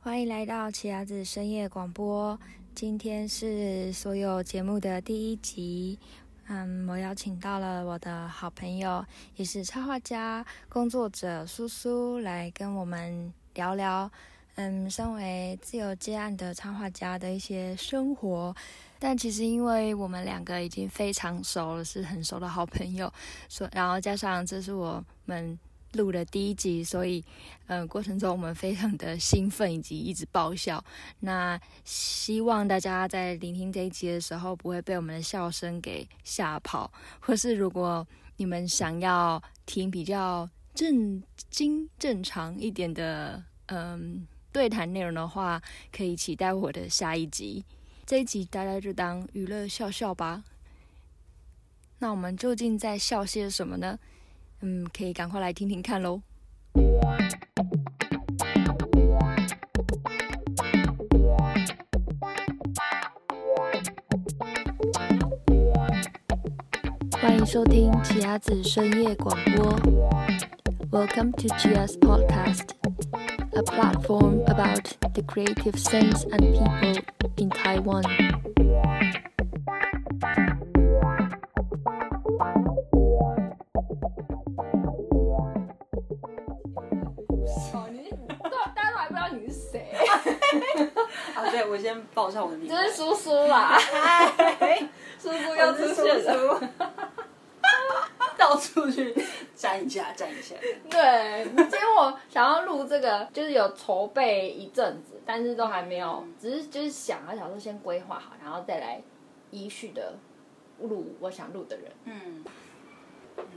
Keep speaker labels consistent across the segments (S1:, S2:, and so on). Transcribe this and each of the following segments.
S1: 欢迎来到奇亚子深夜广播。今天是所有节目的第一集。嗯，我邀请到了我的好朋友，也是插画家、工作者苏苏，来跟我们聊聊。嗯，身为自由接案的插画家的一些生活，但其实因为我们两个已经非常熟了，是很熟的好朋友，所然后加上这是我们录的第一集，所以嗯、呃过程中我们非常的兴奋以及一直爆笑。那希望大家在聆听这一集的时候，不会被我们的笑声给吓跑，或是如果你们想要听比较正经、正常一点的，嗯。对谈内容的话，可以期待我的下一集。这一集大家就当娱乐笑笑吧。那我们究竟在笑些什么呢？嗯，可以赶快来听听看喽。欢迎收听奇亚子深夜广播。Welcome to Chia's podcast. a platform about the creative sense and people in Taiwan.
S2: 哦，你是大大家都还不知道你是谁，
S3: 啊，对，我先报一下我的名字
S2: 这。是叔叔啦， 叔叔又出现了，
S3: 了， 到处去站一下，站一下。
S2: 对，今天我想要录这个，就是有筹备一阵子，但是都还没有，只是就是想啊，想说先规划好，然后再来依序的录我想录的人。
S3: 嗯，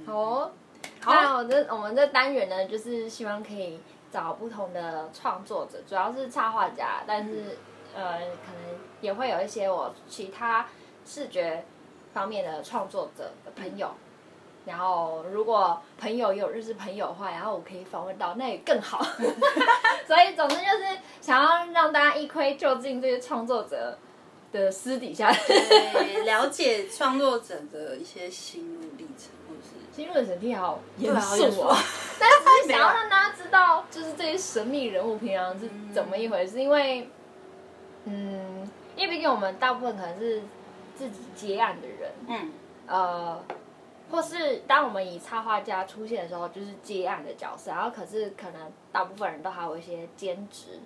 S2: 好哦，
S3: 好
S2: 那我这我们这单元呢，就是希望可以找不同的创作者，主要是插画家，但是、呃，可能也会有一些我其他视觉方面的创作者的朋友。然后，如果朋友也有认识朋友的话，然后我可以访问到，那也更好。 所以，总之就是想要让大家一窥究竟这些创作者的私底下
S3: 对了解创作者的一些心路历程，或者是
S2: 新入的审批好严
S3: 对啊
S2: 肃
S3: 严肃
S2: 哦， 但只是想要让大家知道，就是这些神秘人物平常是怎么一回事，因为，嗯，因为毕竟我们大部分可能是自己接案的人，
S3: 嗯
S2: 呃，或是当我们以插画家出现的时候，就是接案的角色，然后可是可能大部分人都还有一些兼职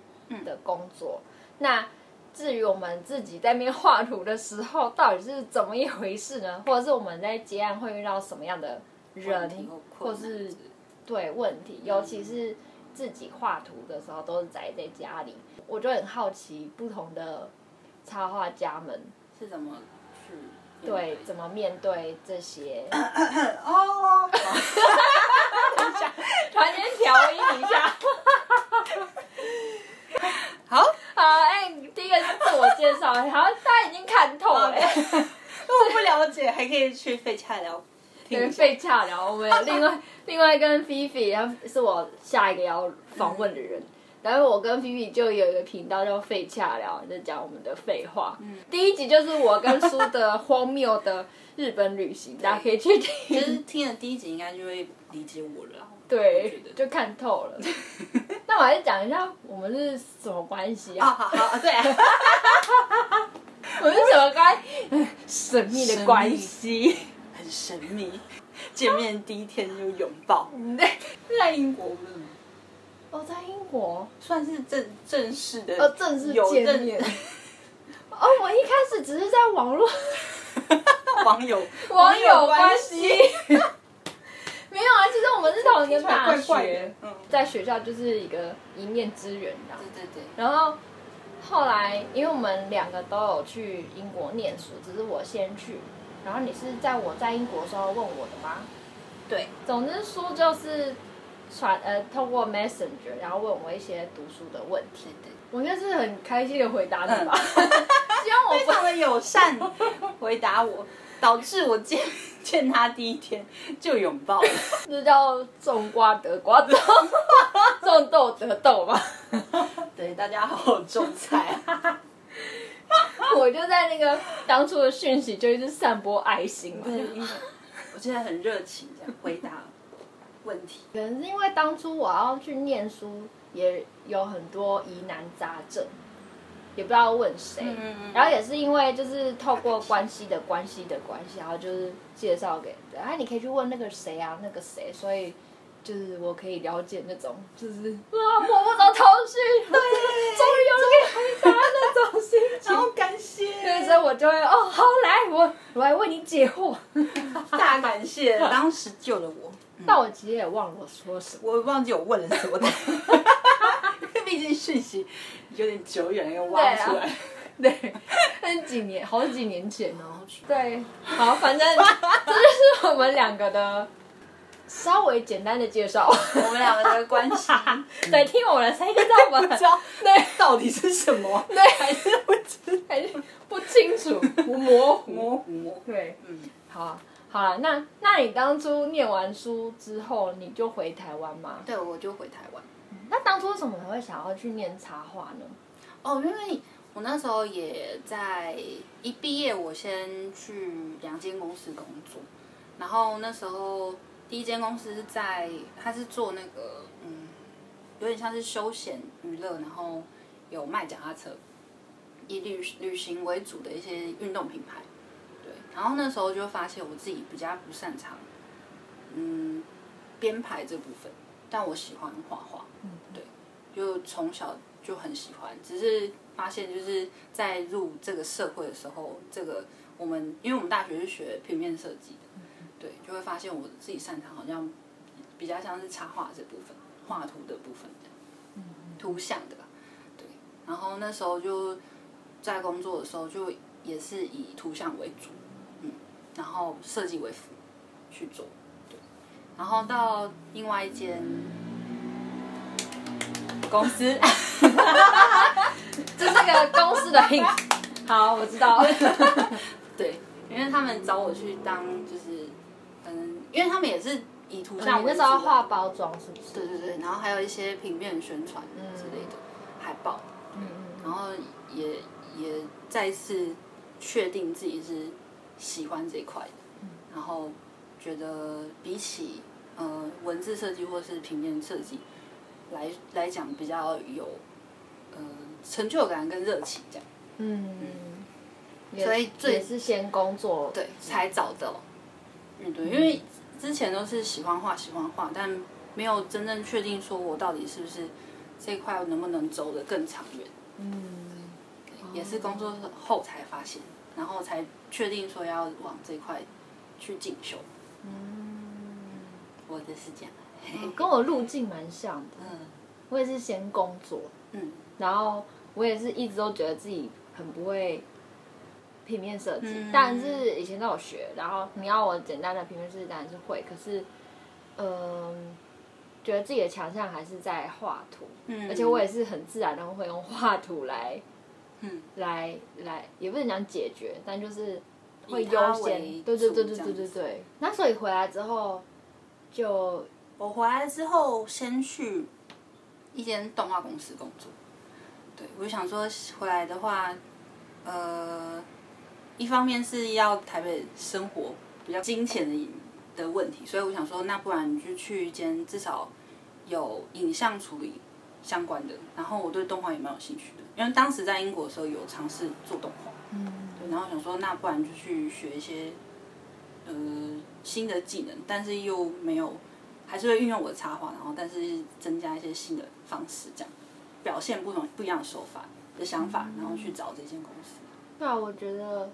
S2: 的工作。那至于我们自己在面画图的时候，到底是怎么一回事呢？或者是我们在接案会遇到什么样的
S3: 问
S2: 人
S3: 题或，
S2: 或
S3: 困难
S2: 是
S3: 之类的
S2: 对问题，尤其是自己画图的时候，都是宅在家里，我就很好奇不同的插画家们
S3: 是怎么去
S2: 对怎么面对这些。
S3: 哦，
S2: 突然间调音一下。
S3: 好，
S2: 好，哎、第一个是自我介绍，然后大家已经看透 了、哎
S3: 如果不了解，还可以去废哦洽聊。
S2: 有点被恰聊。我们 有另外另外跟菲菲，然后是我下一个要访问的人。然后我跟菲菲就有一个频道叫废恰聊，就讲我们的废话。第一集就是我跟苏的荒谬的日本旅行，大家可以去
S3: 其
S2: 听。
S3: 实听了第一集，应该就会理解我了。
S2: 对
S3: 我觉，得
S2: 就看透了。 那我还是讲一下我们是什么关系
S3: 啊，
S2: 啊？
S3: 好好，对，
S2: 我们是什么关 神秘的关系？
S3: 很神秘。见面第一天就拥抱，
S2: 你在
S3: 是在英国不是吗？
S2: 哦，在英国
S3: 算是正正式的，
S2: 呃正式
S3: 有
S2: 见
S3: 正
S2: 面。哦，我一开始只是在网络
S3: 网友
S2: 网友关系
S3: 系，，
S2: 没有啊，其实我们是同一个
S3: 听起来
S2: 大
S3: 怪
S2: 学，
S3: 怪的嗯
S2: 在学校就是一个一面之缘这样
S3: 对对对，
S2: 然后后来，因为我们两个都有去英国念书，只是我先去，然后你是在我在英国的时候问我的吗？
S3: 对，
S2: 总之书就是传呃通过 Messenger，然后问我一些读书的问题。
S3: 对对，
S2: 我应该是很开心的回答你吧，
S3: 嗯
S2: 希望我
S3: 非
S2: 不
S3: 常的友善回答我，导致我见见他第一天就拥抱了，
S2: 这叫种瓜得瓜种， 种豆得豆吧。
S3: 对，大家好好种菜，
S2: 我就在那个当初的讯息就一直散播爱心嘛。
S3: 对，我现在很热情这样回答问题，
S2: 可能是因为当初我要去念书也有很多疑难杂症，也不知道问谁。
S3: 嗯嗯嗯
S2: 然后也是因为就是透过关系的关系的关系，然后就是介绍给，哎，你可以去问那个谁啊，那个谁，所以就是我可以了解那种就是啊摸不着头绪，对，终于有人可以回答那种心 情。
S3: 好感谢，
S2: 对，所以我就会哦，好来，我我来为你解惑。
S3: 嗯大感谢，当时救了我。
S2: 但我其实也忘了我说什么。
S3: 我忘记我问了什么的，因为毕竟讯息有点久远，又挖不出来。
S2: 对， 那是几年，好几年前哦。
S3: 好久
S2: 对，好，反正 这就是我们两个的稍微简单的介绍。
S3: 我们两个的关 系
S2: 对，听我们的才知道我
S3: 不
S2: 们
S3: 知道
S2: 嗯 对
S3: 到底是什么，
S2: 对还是不知，还是不清楚，模糊。
S3: 模糊。
S2: 对，
S3: 嗯，
S2: 好啊，好了，那那你当初念完书之后，你就回台湾吗？
S3: 对，我就回台湾。
S2: 那当初为什么会想要去念插画呢？
S3: 哦，因为我那时候也在一毕业，我先去两间公司工作，然后那时候第一间公司是在，它是做那个嗯，有点像是休闲娱乐，然后有卖脚踏车，以旅旅行为主的一些运动品牌，对，然后那时候就发现我自己比较不擅长，嗯，编排这部分，但我喜欢画画，
S2: 嗯
S3: 就从小就很喜欢，只是发现就是在入这个社会的时候，这个我们因为我们大学是学平面设计的，对，就会发现我自己擅长好像比较像是插画这部分，画图的部分这样，
S2: 嗯
S3: 图像的吧，对。然后那时候就在工作的时候，就也是以图像为主，嗯，然后设计为辅去做，对。然后到另外一间公司。
S2: 这是个公式的 hint。好，我知道。
S3: 对，因为他们找我去当就是，嗯，因为他们也是以图
S2: 那
S3: 像
S2: 哦你
S3: 为
S2: 那
S3: 主
S2: 时候
S3: 的
S2: 画包装是不是？
S3: 对对对，然后还有一些平面宣传之类的、海报，
S2: 嗯嗯。
S3: 然后也也再次确定自己是喜欢这一块的，
S2: 嗯
S3: 然后觉得比起呃文字设计或是平面设计来来讲比较有呃成就感跟热情这样。
S2: 嗯也
S3: 所以最
S2: 也是先工作，
S3: 对，才找到运嗯动员，因为之前都是喜欢画喜欢画，但没有真正确定说我到底是不是这一块能不能走得更长远，
S2: 嗯，
S3: 也是工作后才发现，然后才确定说要往这一块去进修。我的是这样，
S2: 嗯跟我路径蛮像的。
S3: 嗯
S2: 我也是先工作，
S3: 嗯
S2: 然后我也是一直都觉得自己很不会平面设计，
S3: 嗯
S2: 但是以前都有学，然后你要我简单的平面设计当然是会，可是，嗯、觉得自己的强项还是在画图，
S3: 嗯
S2: 而且我也是很自然的会用画图来
S3: 嗯
S2: 来来，也不能讲解决，但就是会
S3: 以
S2: 优
S3: 它为
S2: 先，对对对
S3: 主
S2: 对对
S3: 这样
S2: 对
S3: 子
S2: 对。那所以回来之后就
S3: 我回来之后，先去一间动画公司工作。对，我就想说回来的话，呃，一方面是要台北生活比较金钱的的问题，所以我想说，那不然你就去一间至少有影像处理相关的。然后我对动画也蛮有兴趣的，因为当时在英国的时候有尝试做动画，
S2: 嗯
S3: 对，然后想说那不然就去学一些呃新的技能，但是又没有，还是会运用我的插画，然后但是增加一些新的方式，这样表现不同不一样的手法的想法，然后去找这间公司。
S2: 对啊，我觉得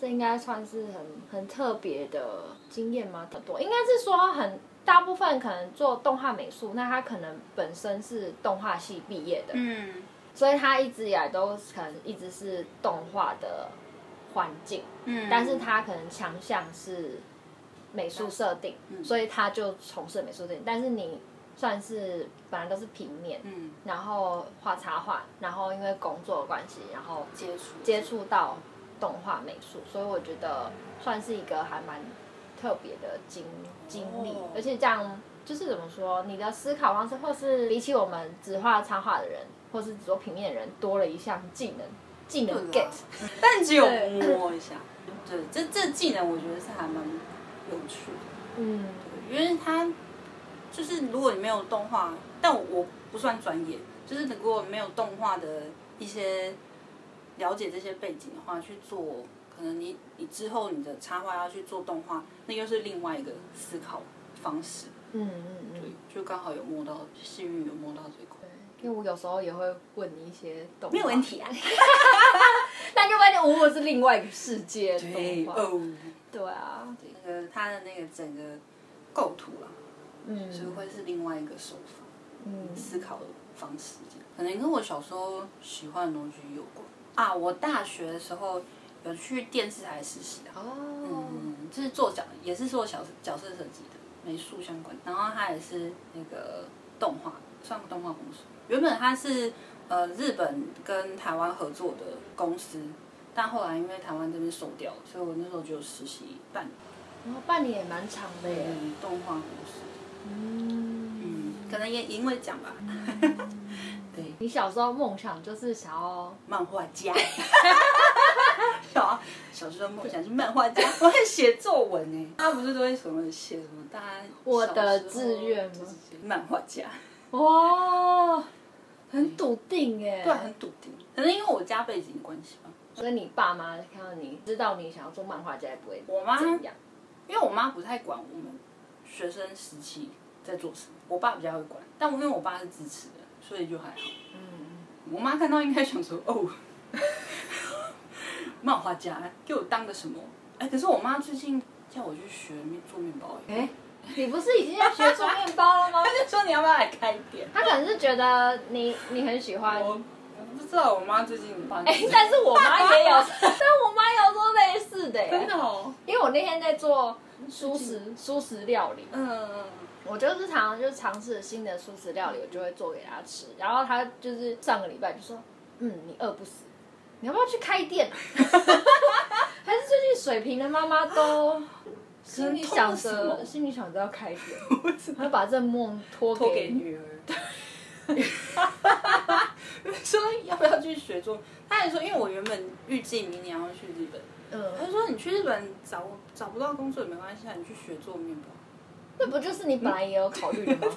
S2: 这应该算是很很特别的经验吗？很多应该是说很大部分可能做动画美术，那他可能本身是动画系毕业的，
S3: 嗯
S2: 所以他一直以来都可能一直是动画的环境，
S3: 嗯
S2: 但是他可能强项是美术设定，
S3: 嗯
S2: 所以他就从事美术设定。但是你算是本来都是平面，
S3: 嗯
S2: 然后画插画，然后因为工作的关系，然后
S3: 接触
S2: 接触到动画美术，所以我觉得算是一个还蛮特别的经经历，
S3: 哦
S2: 而且这样就是怎么说，你的思考方式，或是比起我们只画插画的人，或是只做平面的人，多了一项技能，技能 get，、
S3: get，但只有
S2: 对
S3: 摸一下。对，这这技能我觉得是还蛮有趣的。
S2: 嗯
S3: 因为它就是如果你没有动画，但我我不算专业，就是如果没有动画的一些了解这些背景的话，去做可能你你之后你的插画要去做动画，那又是另外一个思考方式。
S2: 嗯嗯嗯，
S3: 就刚好有摸到，幸运有摸到这块，
S2: 因为我有时候也会问你一些动，
S3: 没有问，题啊。
S2: 但就发现我我是另外一个世界的
S3: 对
S2: 动画，
S3: 哦，
S2: 对啊，
S3: 那个它的那个整个构图啦，
S2: 嗯
S3: 就会是另外一个手法。
S2: 嗯
S3: 思考的方式，这样可能跟我小时候喜欢的东西有关啊。我大学的时候有去电视台实习啊，
S2: 哦，
S3: 嗯，就是做角，也是做角色角色设计的，美术相关。然后它也是那个动画，算动画公司。原本它是呃日本跟台湾合作的公司，但后来因为台湾这边收掉，所以我那时候就实习半年
S2: 然后哦半年也蛮长的耶，
S3: 动画公司。嗯
S2: 嗯，，
S3: 可能也因为讲吧，对。
S2: 你小时候梦想就是想要
S3: 漫画家。 有啊，小时候梦想是漫画家，我还写作文呢。他不是都会什么写什么？大家
S2: 我
S3: 小
S2: 的
S3: 时候
S2: 志愿吗
S3: 就是写漫画家，
S2: 哇，很笃定耶，
S3: 对，啊很笃定。可能因为我家背景关系吧，
S2: 所以你爸妈看到你知道你想要做漫画家，也不会
S3: 我妈
S2: 怎样。
S3: 因为我妈不太管我们学生时期在做什么，我爸比较会管，但我因为我爸是支持的，所以就还好。
S2: 嗯，
S3: 我妈看到应该想说，哦， 漫画家给我当个什么？哎、可是我妈最近叫我去学面做面包、哎。
S2: 哎，你不是已经在学做面包了吗？
S3: 他就说你要不要来开店？
S2: 他可能是觉得你你很喜欢。
S3: 我不知道，我妈最近帮
S2: 哎、但是我妈也 有，但我妈有做类似的耶，
S3: 真的哦，
S2: 因为我那天在做素食素食料理，
S3: 嗯，
S2: 我就是常常就尝试新的素食料理，我就会做给她吃。然后她就是上个礼拜就说：“嗯，你饿不死，你要不要去开 店？”啊还是最近水瓶的妈妈都心里想
S3: 可能痛
S2: 着
S3: 了什么
S2: 心里想着要开 店，她把这梦托
S3: 托
S2: 给
S3: 给
S2: 你。
S3: 女儿。 说要不要去学做？他还说，因为我原本预计明年要去日本，他
S2: 嗯，
S3: 就说你去日本找找不到工作也没关系，啊，你去学做面包。
S2: 那不就是你本来也有考虑的 吗？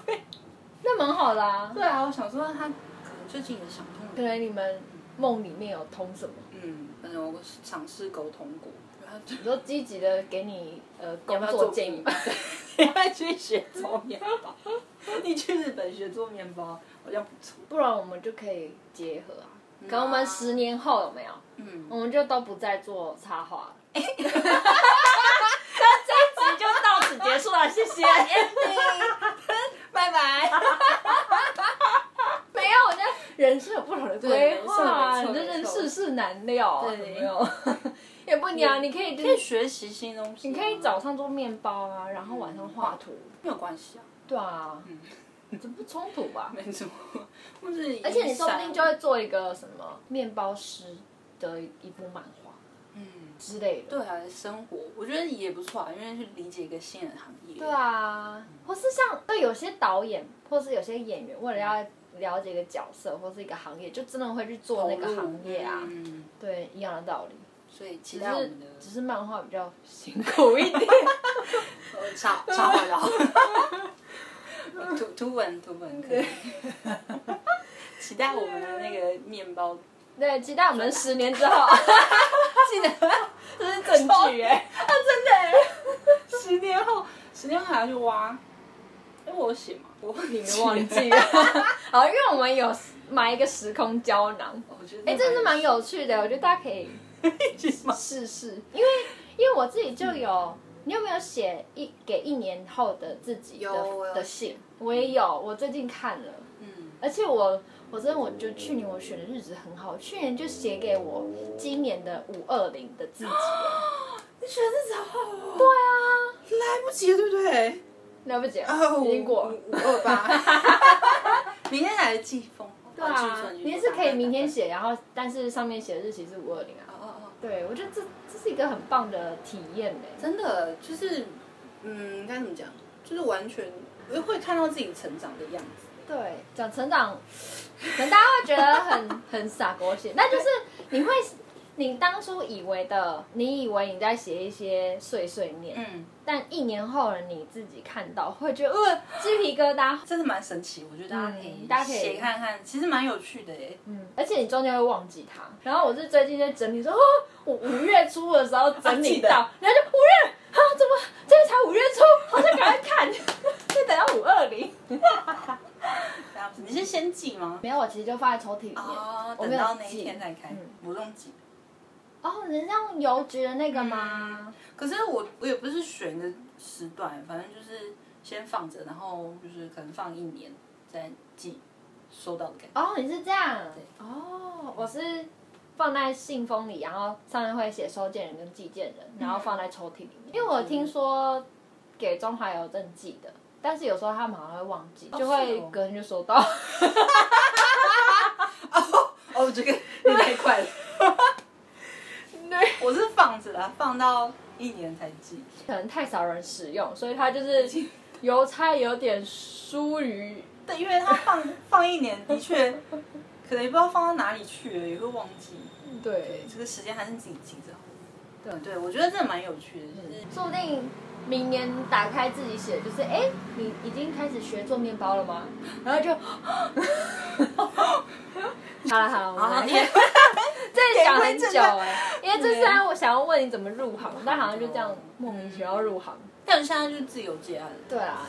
S2: 那蛮好的啊，
S3: 对啊，我想说他可能最近也想通了
S2: 可。能你们梦里面有通什么。
S3: 嗯，反正我尝试沟通过，然后就
S2: 你说积极的给你呃
S3: 要
S2: 工
S3: 不要
S2: 作
S3: 做
S2: 建议，
S3: 你要去学做面包？你去日本学做面包好像不错。
S2: 不然我们就可以结合啊。可能我们十年后有没有，
S3: 嗯，哎
S2: 我们就都不再做插画了。 那这一集就到此结束了，谢 谢。
S3: 拜拜。
S2: 没有，我觉得人生有不同的规划，啊
S3: 对
S2: 你
S3: 没错没错
S2: 这人世事难料啊，
S3: 对
S2: 有没有？ 也不娘，你可以就
S3: 可以
S2: 是
S3: 学习新东西啊，
S2: 你可以早上做面包啊，然后晚上画图，
S3: 没有 关系啊，
S2: 对啊，这不冲突吧？
S3: 没什么，或者
S2: 而且你说不定就会做一个什么面包师的一部漫画
S3: 嗯，
S2: 之类的。
S3: 对啊，生活我觉得也不错啊，因为去理解一个新的行业。
S2: 对啊，或是像对有些导演或是有些演员，为了要了解一个角色或是一个行业，就真的会去做
S3: 投入，
S2: 那个行业啊。嗯
S3: 嗯，
S2: 对，一样的道理，
S3: 所以期
S2: 只
S3: 待我
S2: 是
S3: 们的
S2: 只是漫画比较辛苦 一点。啊
S3: 呃 插插画家，图图文图文可以， 期待我们的那个面包，
S2: 对，期待我们十年之后，
S3: 记得
S2: 这是证据耶！
S3: 十年后，十年后还要去挖，哎，我有写吗？ 我
S2: 你们忘记了？ 好，因为我们有买一个时空胶囊，
S3: 我觉得
S2: 哎，这是蛮有趣的，我觉得大家可以试试，因为因为我自己就有，你有没有写一给一年后的自己的
S3: 有我有
S2: 的信？我也有，我最近看了，
S3: 嗯，
S2: 而且我我真的我觉得去年我选的日子很好，去年就写给我今年的五二零的自己，
S3: 你选的是好哦，对啊，来不及了，对不对？
S2: 了不起，
S3: 哦，
S2: 已经过了。
S3: 五二八， 明天来寄封，
S2: 对啊，你也是可以明天。写，然后但是上面写的日期是五二零
S3: 哦
S2: 啊。
S3: 哦哦，
S2: 对，我觉得这这是一个很棒的体验呢、
S3: 真的就是，嗯，该怎么讲？就是完全会看到自己成长的样子。
S2: 对， 讲成长，可能大家会觉得很很傻狗血，那就是你会你当初以为的，你以为你在写一些碎碎念，
S3: 嗯，
S2: 但一年后的你自己看到，会觉得呃鸡皮疙瘩。
S3: 真的蛮神奇，我觉得大家可
S2: 嗯
S3: 以
S2: 大家可以
S3: 写看看，其实蛮有趣的耶。
S2: 嗯，而且你中间会忘记它。然后我是最近在整理说，哦，我五月初的时候整理到，
S3: 啊
S2: 然后就五月啊，怎么这个才五月初？好像赶快看， 就等到五二零。
S3: 这样子，你是先记吗？
S2: 没有，我其实就放在抽屉里面，
S3: 哦，
S2: 我
S3: 等
S2: 没有
S3: 到那一
S2: 记
S3: 天。再开
S2: 嗯，
S3: 不用记。
S2: 哦，你是用邮局的那个吗？
S3: 可是我我也不是选一个时段，反正就是先放着，然后就是可能放一年再寄收到的感觉。
S2: 哦，你是这样。哦，我是放在信封里，然后上面会写收件人跟寄件人，然后放在抽屉里嗯面。因为我听说给中华邮政寄的，但是有时候他们好像会忘记，就会
S3: 是哦
S2: 隔天就收到。
S3: 哦，这个你太快了。 我是放着啦，放到一年才寄。
S2: 可能太少人使用，所以它 就是邮差有点疏于。
S3: 对，因为它 放放一年的确，可能也不知道放到哪里去了，也会忘记。
S2: 嗯对，
S3: 这个时间还是自己记着好。对对，我觉得这蛮有趣的，就是
S2: 说不定明年打开自己写，就是哎、诶你已经开始学做面包了吗？ 然后就， 好了好了，我们
S3: 好
S2: 来
S3: 你
S2: 这里讲很久哎、因为这
S3: 对
S2: 虽然我想要问你怎么入行，但好像就这样莫名其妙入行。
S3: 但现在就是自由接案了。
S2: 对啊，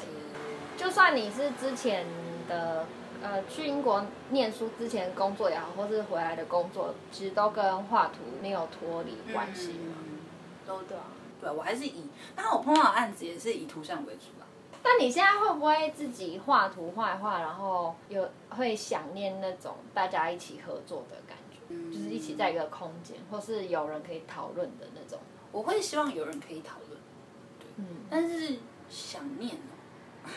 S2: 就算你是之前的呃去英国念书之前工作也好，或是回来的工作，其实都跟画图没有脱离关系嘛。
S3: 嗯都对
S2: 对啊。
S3: 对，我还是以，当然我碰到的案子也是以图像为主啦。
S2: 那你现在会不会自己画图画一画，然后有会想念那种大家一起合作的感觉，
S3: 嗯
S2: 就是一起在一个空间，或是有人可以讨论的那种？
S3: 我会希望有人可以讨论，
S2: 嗯，
S3: 但是想念哦，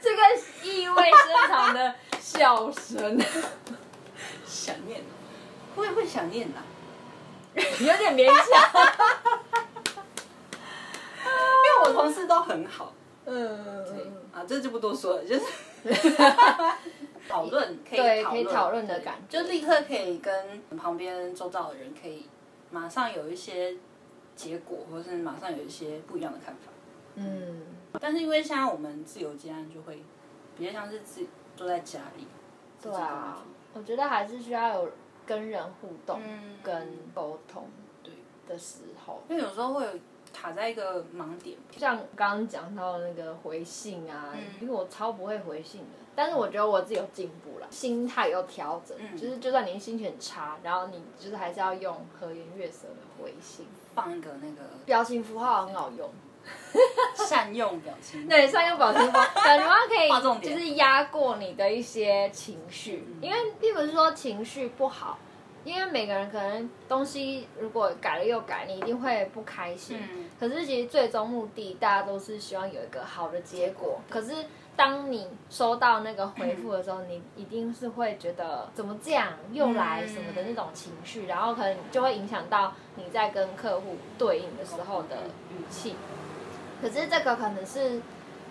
S2: 这个意味深长的笑声，
S3: 想念哦，会会想念 的、
S2: 有点勉强。
S3: 因为我同事都很好，
S2: 嗯，
S3: 对啊，这就不多说了， 就是讨论可以
S2: 对
S3: 讨
S2: 可以
S3: 论
S2: 讨论的感觉
S3: 对就立刻可以跟旁边周遭的人可以马上有一些结果，或是马上有一些不一样的看法。
S2: 嗯，
S3: 但是因为现在我们自由接案，就会比较像是自己坐在家里，
S2: 对啊，我觉得还是需要有跟人互动、
S3: 嗯
S2: 跟沟通
S3: 对，
S2: 的时候，
S3: 因为有时候会有卡在一个盲点，
S2: 就像刚刚讲到那个回信啊，
S3: 嗯
S2: 因为我超不会回信的，但是我觉得我自己有进步
S3: 嗯
S2: 了，心态有调整，就是就算你心情很差，然后你就是还是要用和颜悦色的回信，
S3: 放一个那个
S2: 表情符号很好用，
S3: 嗯善用表 情。
S2: 对，善用表情包，表情包
S3: 划
S2: 可
S3: 重
S2: 以
S3: 点嗯
S2: 就是压过你的一些情绪，因为并不是说情绪不好，因为每个人可能东西如果改了又改，你一定会不开心。
S3: 嗯
S2: 可是其实最终目的大家都是希望有一个好的结果，可是。当你收到那个回复的时候，你一定是会觉得怎么这样又来什么的那种情绪，然后可能就会影响到你在跟客户对应的时候的语气。可是这个可能是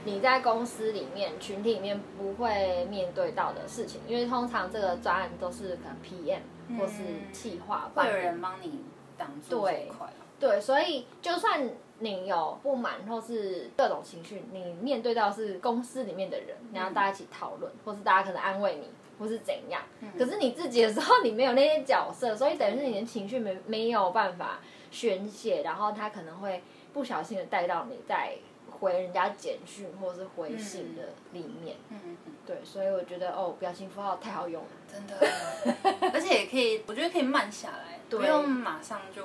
S2: 你在公司里面、群体里面不会面对到的事情，因为通常这个专案都是可能 PM 或是企划，
S3: 会有人帮你挡住这一块啊。
S2: 对，所以就算你有不满或是各种情绪，你面对到是公司里面的人，然后大家一起讨论，或是大家可能安慰你，或是怎样。可是你自己的时候，你没有那些角色，所以等于是你的情绪没没有办法宣泄，然后他可能会不小心的带到你在回人家简讯或是回信的里面。
S3: 嗯嗯，
S2: 对，所以我觉得哦，表情符号太好用了。
S3: 真的，而且也可以，我觉得可以慢下来，不用马上就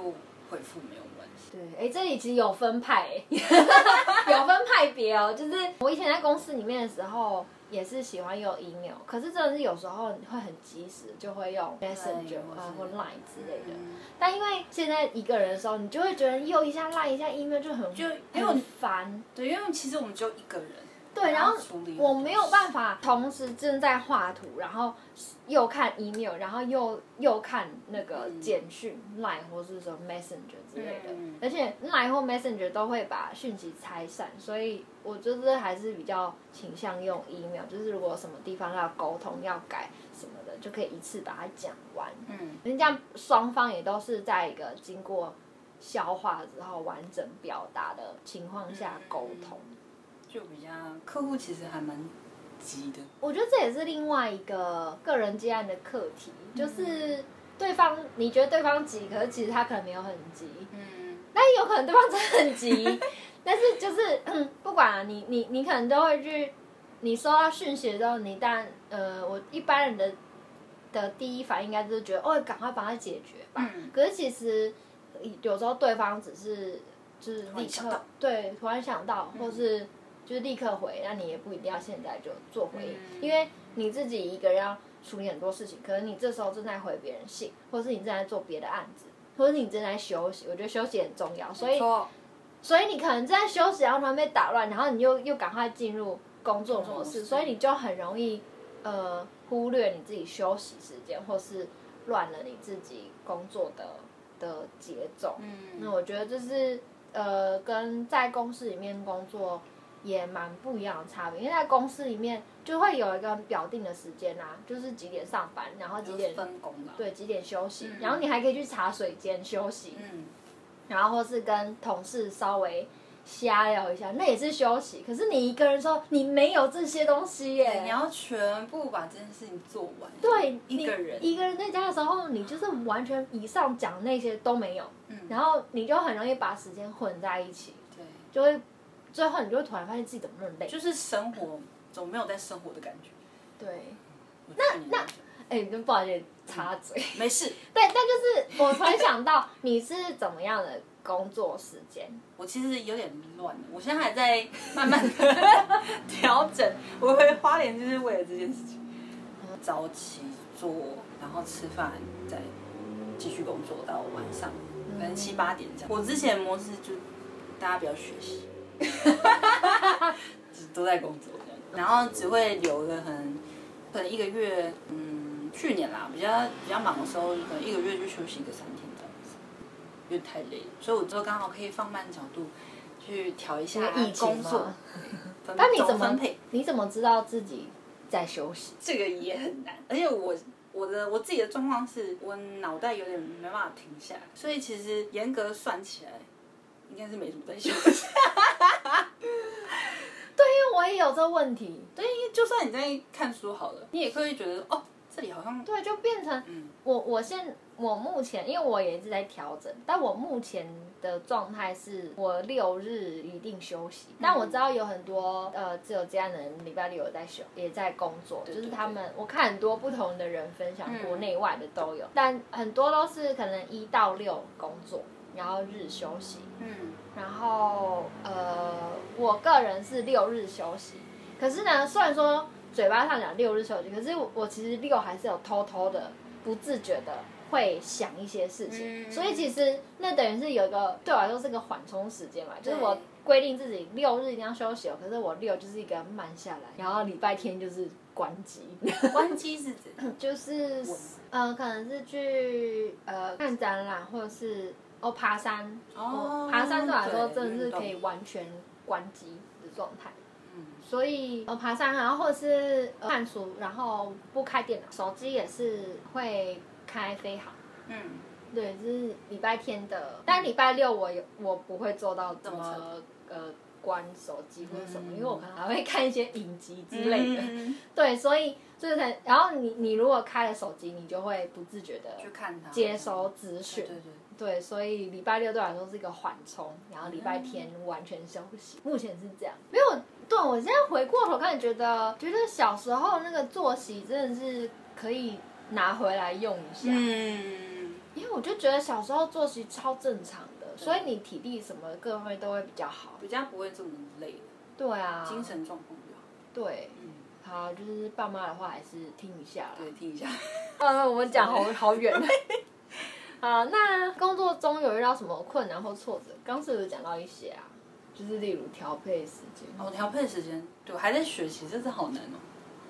S3: 回复，没有关系。
S2: 对，哎、这里其实有分派、欸， 有分派别哦。就是我以前在公司里面的时候，也是喜欢用 email，可是真的是有时候会很及时，就会用 Messenger 啊或
S3: 或是
S2: Line 之类的。
S3: 嗯
S2: 但因为现在一个人的时候，你就会觉得又一下 Line 一下 email 就很
S3: 就因为我
S2: 很烦。
S3: 对，因为其实我们只有一个人，
S2: 对，然后
S3: 处理很多
S2: 我没有办法同时正在画图，然后又看 email，然后又又看那个简讯、Line 或是什么 Messenger 之类的，
S3: 嗯
S2: 而且 Line 或 Messenger 都会把讯息拆散，所以我就是还是比较倾向用 email，就是如果什么地方要沟通、要改什么的，就可以一次把它讲完。
S3: 嗯，
S2: 这样双方也都是在一个经过消化之后完整表达的情况
S3: 嗯
S2: 下沟通。
S3: 就比较客户其实还蛮急的，
S2: 我觉得这也是另外一个个人接案的课题，就是对方你觉得对方急，可是其实他可能没有很急，
S3: 嗯，
S2: 但有可能对方真的很急。但是就是嗯不管、啊、你你你可能都会去，你收到讯息的时候，你当然呃，我一般人的的第一反应应该就是觉得哦，赶快帮他解决吧。
S3: 嗯
S2: 可是其实有时候对方只是就是
S3: 突
S2: 立
S3: 然想
S2: 刻
S3: 到嗯
S2: 对突然想到，或是就是立刻回，那你也不一定要现在就做回应，
S3: 嗯
S2: 因为你自己一个人要处理很多事情，可能你这时候正在回别人信，或是你正在做别的案子，或是你正在休息。我觉得休息很重要，所以
S3: 说
S2: 所以你可能正在休息，然后突然被打乱，然后你又又赶快进入工作模
S3: 工作模
S2: 式，
S3: 式
S2: 所以你就很容易呃忽略你自己休息时间，或是乱了你自己工作的的节奏。那
S3: 嗯，
S2: 我觉得这是呃跟在公司里面工作也蛮不一样的差别，因为在公司里面就会有一个很表定的时间啊，就是几点上班，然后几
S3: 就
S2: 点
S3: 是分工了，，
S2: 对几点休息，
S3: 嗯
S2: 然后你还可以去茶水间休息，
S3: 嗯，
S2: 然后或是跟同事稍微瞎聊一下，那也是休息。可是你一个人说你没有这些东西耶，
S3: 你要全部把这件事情做完，
S2: 对
S3: 一个人
S2: 你一个人在家的时候，你就是完全以上讲那些都没有，
S3: 嗯，
S2: 然后你就很容易把时间混在一起，
S3: 对，
S2: 就会最后你就会突然发现自己怎么那么累。
S3: 就是生活总没有在生活的感觉。
S2: 对，
S3: 那那
S2: 哎，你不好意思插嘴，
S3: 没事，
S2: 对，但就是 我突然想到你是怎么样的工作时间？
S3: 我其实有点乱，我现在还在慢慢的调整。我回花莲就是为了这件事情，早起做，然后吃饭，再继续工作到晚上，可能七八点这嗯样。我之前的模式就大家不要学 习，只都在工作这样，然后只会留个很可能一个月，嗯，去年啦，比较比较忙的时候，可能一个月就休息个三天这样子，因为太累了，所以我就刚好可以放慢角度去调一下
S2: 因为疫情
S3: 工作
S2: 吗，
S3: 分
S2: 那你
S3: 总
S2: 怎
S3: 分
S2: 么
S3: 配
S2: 你怎么知道自己在休息？
S3: 这个也很难，而且我。我的我自己的状况是，我脑袋有点没办法停下来，所以其实严格算起来，应该是没什么在休息。
S2: 对，因为我也有这问题。
S3: 对，因为就算你在看书好了，你也会觉得哦，这里好像
S2: 对，就变成
S3: 嗯
S2: 我我现我目前，因为我也一直在调整，但我目前的状态是我六日一定休息。
S3: 嗯
S2: 但我知道有很多呃自由接案的人礼拜六有在休，也在工作，
S3: 对
S2: 就是
S3: 对
S2: 他们我看很多不同的人分享，
S3: 嗯
S2: 国内外的都有，但很多都是可能一到六工作，然后日休息。
S3: 嗯
S2: 然后呃，我个人是六日休息，可是呢，虽然说嘴巴上讲六日休息，可是我我其实六还是有偷偷的、不自觉的会想一些事情，
S3: 嗯
S2: 所以其实那等于是有一个对我来说是个缓冲时间嘛，就是
S3: 对
S2: 我规定自己六日一定要休息哦，可是我六就是一个慢下来，然后礼拜天就是关机，
S3: 关机嗯是 指
S2: 就是
S3: 我
S2: 呃，可能是去呃看展览，或者是哦爬山。
S3: 哦
S2: 爬山对我来说
S3: 对
S2: 真的是
S3: 运动
S2: 可以完全关机的状态。
S3: 嗯
S2: 所以呃爬山，然后或者是、呃看书，然后不开电脑，手机也是会开飞行。
S3: 嗯
S2: 对，就是礼拜天的，但礼拜六我有我不会做到这
S3: 这么
S2: 么呃关手机或者什么，
S3: 嗯
S2: 因为我可能还会看一些影集之
S3: 之
S2: 类
S3: 类
S2: 的。
S3: 的，
S2: 对，所以就是才，然后你你如果开了手机，你就会不自觉的
S3: 去看它
S2: 接收资讯
S3: 对。对对，
S2: 对，所以礼拜六对我来说是一个缓冲，然
S3: 嗯
S2: 后礼拜天完全休息。目前是这样，没有对我现在回过头看，觉得觉得小时候那个作息真的是可以拿回来用一下，
S3: 嗯，
S2: 因为我就觉得小时候作息超正常的，所以你体力什么各方面都会比较好。
S3: 比较不会这么累，
S2: 对啊，
S3: 精神状况比较好。
S2: 对。
S3: 嗯，
S2: 好，就是爸妈的话还是听一下啦。
S3: 对，听一下。
S2: 呃，我们讲好好 远。好，那工作中有遇到什么困难或挫折？刚是不是有讲到一些啊？就是例如调配时间。
S3: 哦我调配时间，对我还在学习，真的好难哦。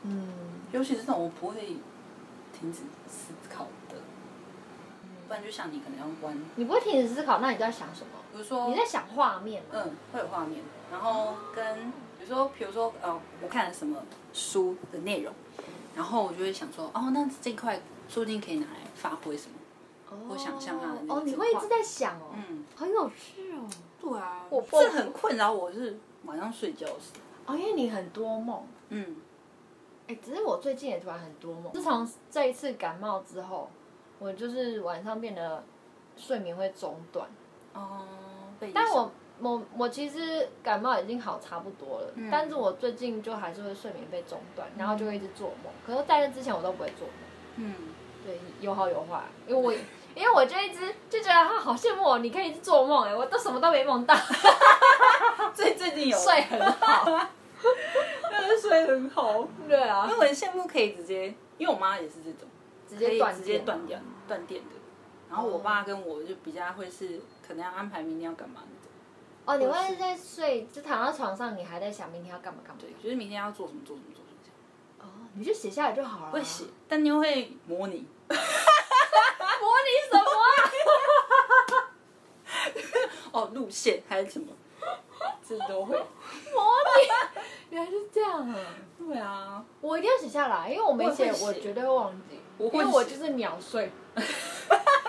S2: 嗯，
S3: 尤其是这种我不会停止思考的，不然就像你可能要关，
S2: 你不会停止思考，那你在想什么？
S3: 比如说
S2: 你在想画面吗？
S3: 嗯，会有画面，然后跟比如说，比如说，呃，我看了什么书的内容，然后我就会想说，哦，那这一块说不定可以拿来发挥什么。我想象啊它的那
S2: 哦，
S3: 个
S2: 你
S3: 情
S2: 会一
S3: 况
S2: 直在想哦，
S3: 嗯，
S2: 好有趣哦，
S3: 对啊
S2: 我
S3: 这很困扰我，就是晚上睡觉时，
S2: 哦，因为你很多梦。
S3: 嗯，
S2: 哎，只是我最近也突然很多梦。自从这一次感冒之后，我就是晚上变得睡眠会中断。
S3: 哦，被影响
S2: 但我我我其实感冒已经好差不多了，
S3: 嗯
S2: 但是我最近就还是会睡眠被中断，然后就会一直做梦。可是在这之前我都不会做梦，
S3: 嗯，
S2: 对，有好有坏，因为 我因为我就一直就觉得他好羡慕我，你可以一直做梦哎、我都什么都没梦到，
S3: 最最近 有
S2: 睡很好，
S3: 睡很好，
S2: 对啊
S3: 因为，我很羡慕可以直接，因为我妈也是这种，
S2: 直
S3: 可
S2: 接
S3: 以
S2: 断
S3: 直接
S2: 电
S3: 断掉断电的。然后我爸跟我就比较会是可能要安排明天要干嘛那种，
S2: 哦，你会在睡就躺在床上，你还在想明天要干嘛干嘛？
S3: 对，就是明天要做什么做什么做什么这样。
S2: 哦，你就写下来就好了。啊
S3: 会写，但你又会模拟，
S2: 模拟什么 啊？
S3: 哦，路线还是什么，这都会。
S2: 原来是这样啊！
S3: 对啊，
S2: 我一定要写下来，因为我没写，
S3: 我也会
S2: 我
S3: 写
S2: 绝对会忘记。
S3: 我
S2: 因
S3: 会
S2: 为我就是秒 睡，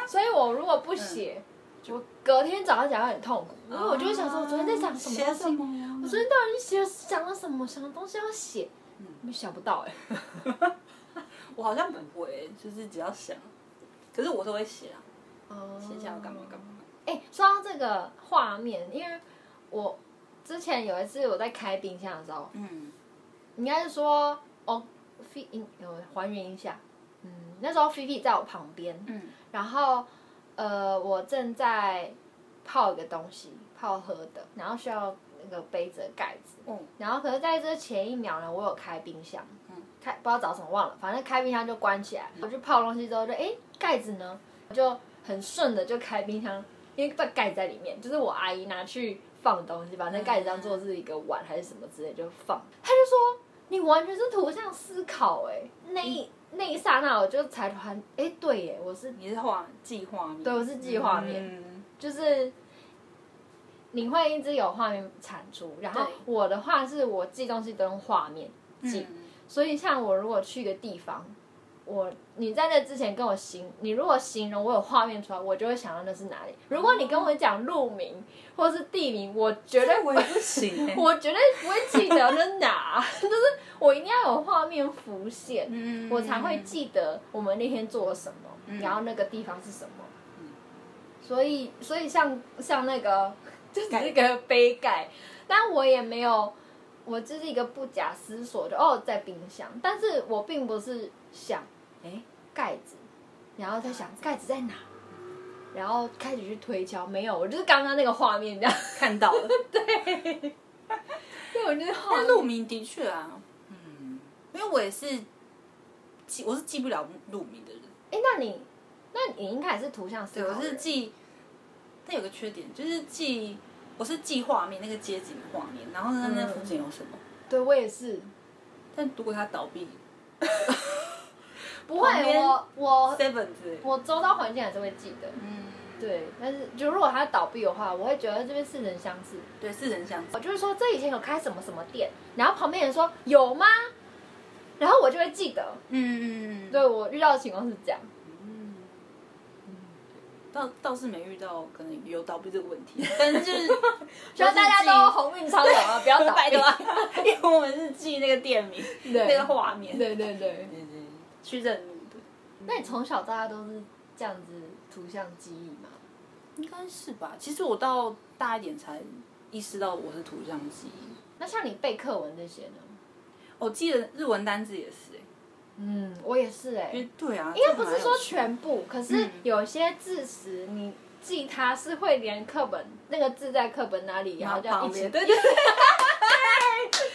S2: 所以我如果不写，
S3: 嗯
S2: 我隔天早上起来会很痛苦，因为我就会想说，我昨天在想什么
S3: 啊哦写
S2: 东
S3: 什
S2: 西，啊
S3: 么呀？
S2: 我昨天到底写想了什么，什么东西要写，
S3: 嗯
S2: 我想不到哎、
S3: 我好像不会，就是只要想，可是我都会写啊，
S2: 哦
S3: 写下要干嘛干嘛。
S2: 哎、说到这个画面，因为我之前有一次我在开冰箱的时候，
S3: 嗯
S2: 应该是说哦，菲应呃还原一下，嗯，那时候菲菲在我旁边，
S3: 嗯
S2: 然后呃，我正在泡一个东西，泡喝的，然后需要那个杯子的盖子。
S3: 哦
S2: 然后可是在这前一秒呢，我有开冰箱，
S3: 嗯
S2: 开不知道找什么忘了，反正开冰箱就关起来。我去泡东西之后就，诶盖子呢？我就很顺的就开冰箱，因为把盖子在里面，就是我阿姨拿去放东西，把那盖子当做是一个碗还是什么之类就放。她就说你完全是图像思考、诶那一、那一刹那我就才突然，诶对耶，我是
S3: 你是画计划面，
S2: 对，我是记画面，
S3: 嗯
S2: 就是你会一直有画面产出，然后
S3: 对
S2: 我的话是我记东西都用画面记，
S3: 嗯
S2: 所以像我如果去一个地方，我你在那之前跟我形，你如果形容我有画面出来，我就会想到那是哪里。如果你跟我讲路名或是地名，我绝对
S3: 但我也不行欸
S2: 我绝对不会记得那是哪， 就是我一定要有画面浮现，
S3: 嗯
S2: 我才会记得我们那天做了什么，然后那个地方是什么。
S3: 嗯
S2: 所以，所以像像那个就是那个杯盖，但我也没有，我就是一个不假思索的哦，在冰箱，但是我并不是想哎盖子，然后再想盖子在哪。然后开始去推敲，没有，我就是刚刚那个画面这样，
S3: 看到了。
S2: 对，我就是画
S3: 但
S2: 面
S3: 路名的确啊，嗯，因为我也是记，我是记不了路名的人，
S2: 哎，那你，那你应该也是图像思
S3: 对，
S2: 考
S3: 我
S2: 的人。
S3: 是记，但有个缺点就是记，我是记画面那个街景的画面，然后呢那附近有什么，
S2: 对我也是，
S3: 但如果它倒 闭
S2: 不会
S3: 旁，边
S2: 我我
S3: ，seven 之类的，
S2: 我周遭环境还是会记得。
S3: 嗯，
S2: 对，但是就如果它倒闭的话，我会觉得这边似曾相识。
S3: 对，四人相
S2: 我就是说，这以前有开什么什么店，然后旁边人说有吗？然后我就会记得。
S3: 嗯，
S2: 对我遇到的情况是这样。
S3: 倒倒是没遇到可能有倒闭这个问 题，但是就是
S2: 希望大家都鸿运昌隆啊，不要 倒
S3: 白
S2: 闭
S3: 的啊，因为我们是记那个店名，那
S2: 对
S3: 个画面，
S2: 对对对。
S3: 对 对，去认路的。
S2: 那你从小到大都是这样子图像记忆吗？
S3: 应该是吧。其实我到大一点才意识到我是图像记忆。
S2: 那像你背课文这些呢？
S3: 我记得日文单字也是、欸，
S2: 嗯，我也是哎、
S3: 因为对啊，
S2: 应该不
S3: 这还
S2: 是
S3: 有
S2: 说全部，可是
S3: 嗯
S2: 有些字词你记它是会连课本那个字在课本哪里，然后就要一
S3: 旁
S2: 起
S3: 边，，对对对，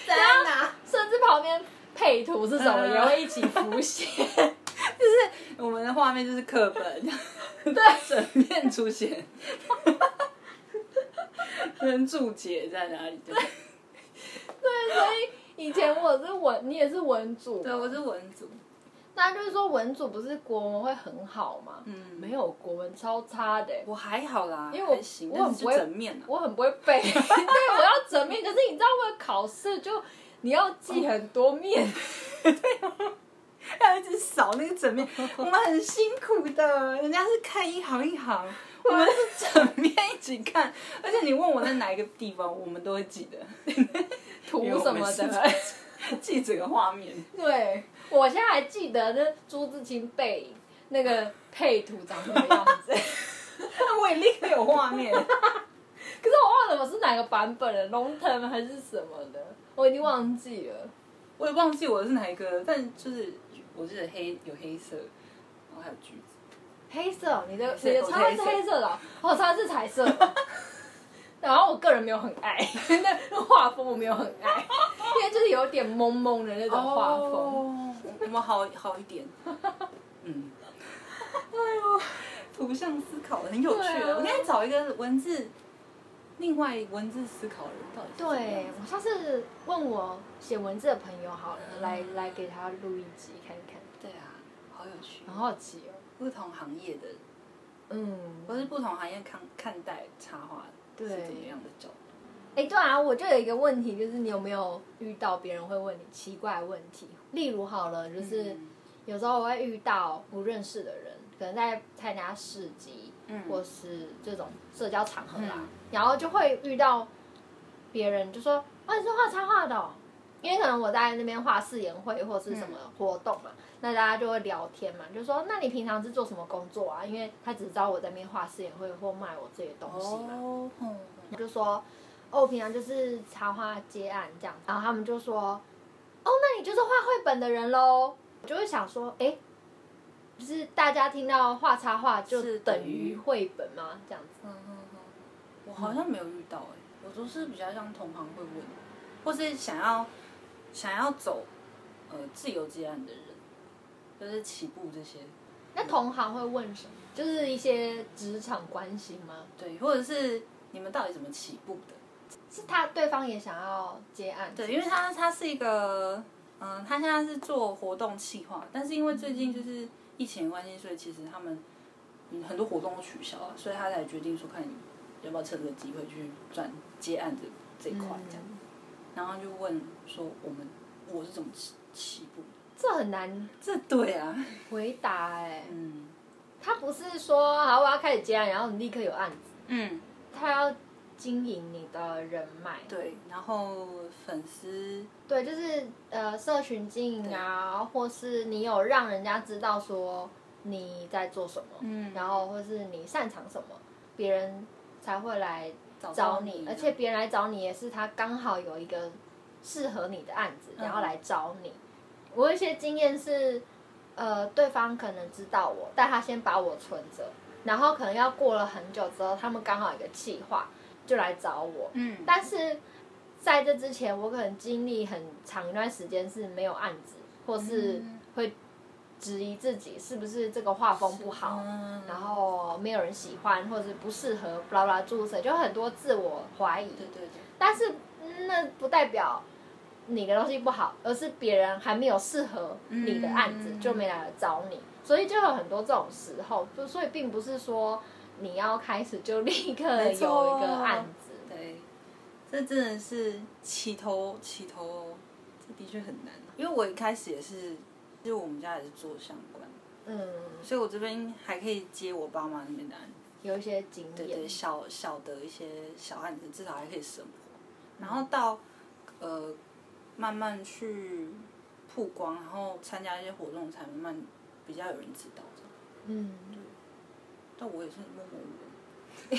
S3: 在哪？
S2: 甚至旁边配图是什么
S3: 嗯
S2: 也会一起浮现。
S3: 我们的画面就是课本，
S2: 对，
S3: 整面出现。跟注解在哪里？对，
S2: 以前我是文，你也是文组，
S3: 对，我是文组，
S2: 那就是说文组不是国文会很好吗？
S3: 嗯
S2: 没有，国文超差的欸、
S3: 我还好啦，
S2: 因为我
S3: 还行，
S2: 我
S3: 但
S2: 很
S3: 是
S2: 不
S3: 就
S2: 会
S3: 整面啊，
S2: 我很不会背， 对，我要整面。可是你知道，我考试就你要记很多面，
S3: 要一直扫那个整面，我们很辛苦的，人家是看一行一行，我们是整面一起看，而且你问我在哪一个地方，我们都会记得，
S2: 图
S3: 因为我
S2: 什
S3: 们
S2: 么
S3: 是
S2: 的。
S3: 记整个画面。
S2: 对，我现在还记得那朱自清背那个配图长什么样 子，
S3: 我也立刻有画面，
S2: 可是我忘了我是哪个版本了，龙腾还是什么的，我已经忘记了。
S3: 我也忘记我是哪一个，但就是我记得黑有黑色，然后还有橘子。
S2: 黑色哦，你的
S3: 色
S2: 你的
S3: 我是
S2: 叉是
S3: 黑色
S2: 黑色的哦，我叉是彩色 的。然后我个人没有很爱那那画风，我没有很爱，因为就是有点懵懵的那种画风。
S3: 哦，我们好好一点。嗯，哎呦，图像思考很有趣
S2: 对啊
S3: 啊！我应该找一个文字，另外文字思考的人到底是怎么
S2: 对
S3: 样子
S2: 我上次问我写文字的朋友好了，来来给他录一集看看，
S3: 对啊，好有趣，
S2: 很好奇哦。
S3: 不同行业的，
S2: 嗯，
S3: 或是不同行业看看待插画是
S2: 对
S3: 怎么样的角度？
S2: 哎，对啊，我就有一个问题，就是你有没有遇到别人会问你奇怪的问题？例如好了，就是
S3: 嗯
S2: 有时候我会遇到不认识的人，可能在参加市集，
S3: 嗯
S2: 或是这种社交场合啦，
S3: 嗯
S2: 然后就会遇到别人就说：“哦，你是画插画的、哦。”因为可能我在那边画誓言会或是什么
S3: 嗯
S2: 活动嘛，那大家就会聊天嘛，就说：“那你平常是做什么工作啊？”因为他只知道我在那边画誓言会或卖我这些东西嘛，
S3: 哦，嗯
S2: 我就说，哦，我平常就是插画接案这样，然后他们就说，哦，那你就是画绘本的人喽。我就会想说，哎，就是大家听到画插画就是等
S3: 等于
S2: 于绘本吗？这样子，
S3: 嗯嗯嗯，我好像没有遇到哎、我都是比较像同行会问，或是想要想要走呃自由接案的人，就是起步这些，
S2: 那同行会问什么？就是一些职场关系吗？
S3: 对，或者是你们到底怎么起步的？
S2: 是他对方也想要接案，
S3: 对，因为他他是一个嗯、他现在是做活动企划，但是因为最近就是疫情的关系，所以其实他们嗯很多活动都取消了，所以他才决定说看你要不要趁这个机会去赚接案这这一块
S2: 嗯
S3: 这样。然后就问说我们我是怎么起起步的？
S2: 这很难
S3: 这对啊，
S2: 回答哎、
S3: 嗯
S2: 他不是说好我要开始接案，然后你立刻有案子，
S3: 嗯，
S2: 他要经营你的人脉，
S3: 对。然后粉丝
S2: 对，就是呃，社群经营啊，或是你有让人家知道说你在做什么，
S3: 嗯
S2: 然后或是你擅长什么，别人才会来
S3: 找
S2: 找
S3: 到
S2: 你，
S3: 你，啊
S2: 而且别人来找你也是他刚好有一个适合你的案子，
S3: 嗯
S2: 然后来找你。我有一些经验是，呃，对方可能知道我，但他先把我存着，然后可能要过了很久之后，他们刚好有一个企划就来找我，
S3: 嗯，
S2: 但是在这之前，我可能经历很长一段时间是没有案子，或是
S3: 嗯
S2: 会质疑自己是不是这个画风不好，
S3: 嗯
S2: 然后没有人喜欢，或者不适合，巴拉巴拉诸如此类，就很多自我怀疑。
S3: 对对对，
S2: 但是嗯那不代表你的东西不好，而是别人还没有适合你的案子、
S3: 嗯
S2: 就没来找你，所以就有很多这种时候，就所以并不是说你要开始就立刻有
S3: 没
S2: 一
S3: 错
S2: 个案子。
S3: 对，这真的是起头起头哦，这的确很难、因为我一开始也是，就我们家也是做相关的，
S2: 嗯，
S3: 所以我这边还可以接我爸妈那边的案子。
S2: 有一些经验。
S3: 对对，小小的一些小案子，至少还可以生活。然后到呃慢慢去曝光，然后参加一些活动，才慢慢比较有人知道这样。
S2: 嗯，
S3: 但我也是默默无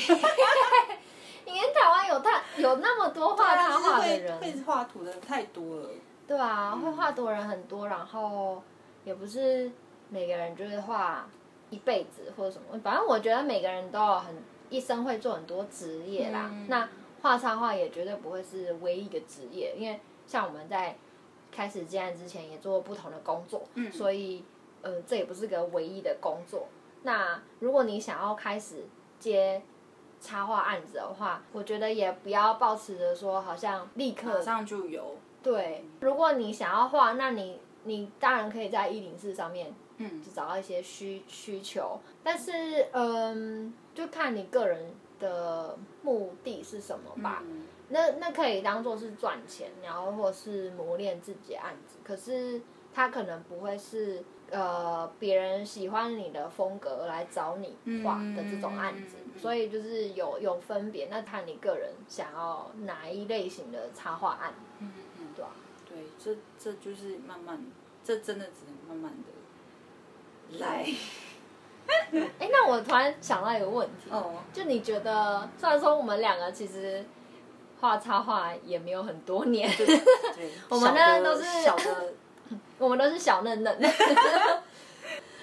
S2: 因为台湾有他有那么多画插画的
S3: 闻，
S2: 人，
S3: 啊会会画图的太多了。
S2: 对啊，
S3: 嗯
S2: 会画图的人很多，然后也不是每个人就是画一辈子或者什么，反正我觉得每个人都有很一生会做很多职业啦。
S3: 嗯
S2: 那画插画也绝对不会是唯一的职业，因为像我们在开始接案之前也做过不同的工作，
S3: 嗯
S2: 所以呃这也不是个唯一的工作。那如果你想要开始接插画案子的话，我觉得也不要抱持着说好像立刻
S3: 马上就有，
S2: 对。如果你想要画，那你你当然可以在一零四上面
S3: 嗯
S2: 就，找到一些需需求，但是嗯，就看你个人的目的是什么吧。
S3: 嗯
S2: 那那可以当做是赚钱，然后或是磨练自己的案子。可是他可能不会是呃别人喜欢你的风格来找你画的这种案子，
S3: 嗯
S2: 所以就是有有分别。那看你个人想要哪一类型的插画案，
S3: 嗯嗯，
S2: 对吧、
S3: 对，这这就是慢慢，这真的只能慢慢的来。
S2: 哎，那我突然想到一个问题，
S3: 哦，
S2: 就你觉得，虽然说我们两个其实画插画也没有很多年，
S3: 对，对
S2: 我们呢
S3: 小的
S2: 都是
S3: 小的，
S2: 我们都是小嫩 嫩。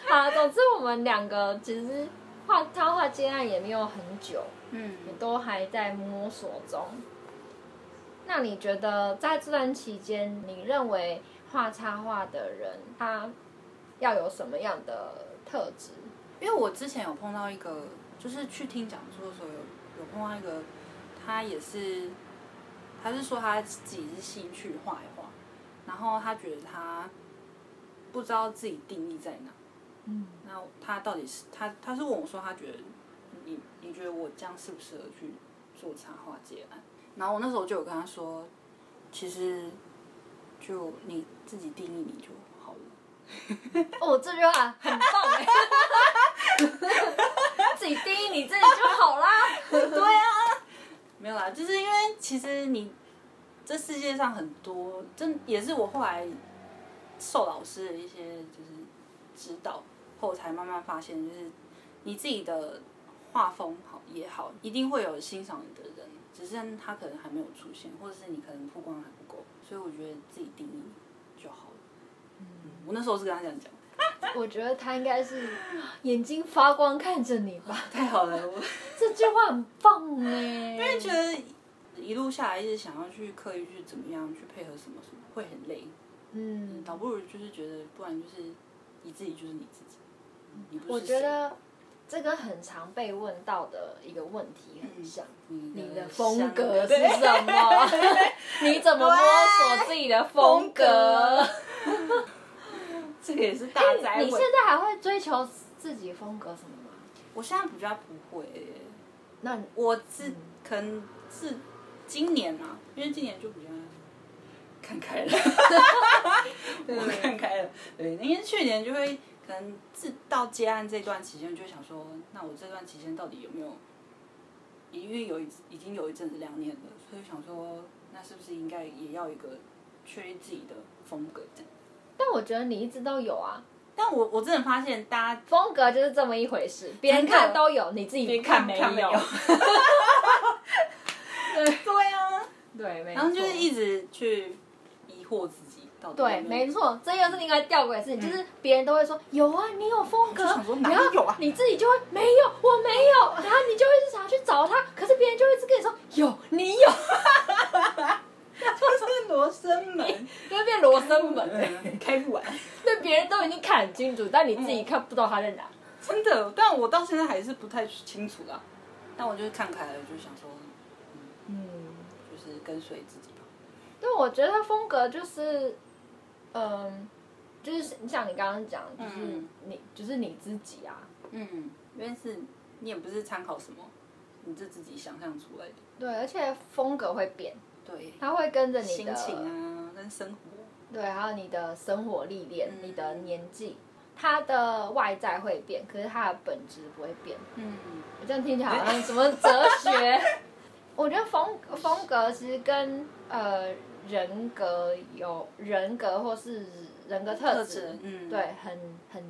S2: 好，总之我们两个其实画插画接案也没有很久，
S3: 嗯，
S2: 也都还在摸索中。那你觉得在这段期间，你认为画插画的人他要有什么样的特质？
S3: 因为我之前有碰到一个，就是去听讲座的时候有有碰到一个，他也是，他是说他自己是兴趣画一画，然后他觉得他不知道自己定义在哪，
S2: 嗯，
S3: 那他到底是他他是问我说他觉得你你觉得我这样适不适合去做插画接案？然后我那时候就有跟他说，其实就你自己定义你就好了。
S2: 哦，这句话很棒哎， 自己定义你自己就好啦。
S3: 没有啦，就是因为其实你这世界上很多，这也是我后来受老师的一些就是指导后才慢慢发现，就是你自己的画风好也好，一定会有欣赏你的人，只是他可能还没有出现，或者是你可能曝光还不够，所以我觉得自己定义就好了。嗯，我那时候是跟他这样讲，
S2: 我觉得他应该是眼睛发光看着你吧，
S3: 太好了，我
S2: 这句话很棒哎。因为
S3: 觉得一路下来一直想要去刻意去怎么样去配合什么什么，会很累。
S2: 嗯，
S3: 倒不如就是觉得，不然就是你自己就是你自己，你不是
S2: 我觉
S3: 谁
S2: 得这跟很常被问到的一个问题很像，
S3: 你
S2: 你
S3: 的
S2: 的风格是
S3: 像对
S2: 什么？ 你怎么摸索自己的风格？
S3: 这个也是大灾
S2: 哎，你
S3: 问
S2: 现。在还会追求自己风格什么吗？
S3: 我现在比较不会耶，
S2: 那你
S3: 我自可能是今年啊，因为今年就比较看开了， 我看开了。对，因为去年就会可能自到接案这段期间，就会想说，那我这段期间到底有没有？因为有一已经有一阵子两年了，所以想说，那是不是应该也要一个确立自己的风格这样？
S2: 但我觉得你一直都有啊，
S3: 但我我真的发现，大家
S2: 风格就是这么一回事，别人
S3: 真的
S2: 看都有，你自己没
S3: 看没有 对啊，
S2: 对，没错。
S3: 然后就是一直去疑惑自己到底
S2: 对，
S3: 有有
S2: 没错，这又是另一个吊诡的事情，就是别人都会说有啊，你有风格，
S3: 嗯我就想说哪里
S2: 然后
S3: 有啊
S2: 你自己就会没有，我没有，然后你就会想要去找他，可是别人就会一直跟你说有，你有，
S3: 就是罗生门，
S2: 就会变罗生门欸。
S3: 开不完，
S2: 对，别人都已经看很清楚，但你自
S3: 嗯
S2: 己看不到他在哪。
S3: 真的。但我到现在还是不太清楚啦。但我就是看开了，就想说，
S2: 嗯，
S3: 就是跟随自己吧。
S2: 对，我觉得风格就是，嗯，就是像你刚刚讲，就是
S3: 嗯
S2: 你，就是你自己啊。
S3: 嗯，因为是你也不是参考什么，你是自己想象出来的。
S2: 对，而且风格会变，
S3: 对，
S2: 它会跟着你
S3: 心
S2: 的
S3: 情啊，跟生活，
S2: 对，还有你的生活历练、
S3: 嗯
S2: 你的年纪，它的外在会变，可是它的本质不会变。
S3: 嗯，
S2: 我这样听起来好像什么哲学？ 我觉得风风格其实跟呃人格有人格或是人格特质，
S3: 嗯，，
S2: 对，很很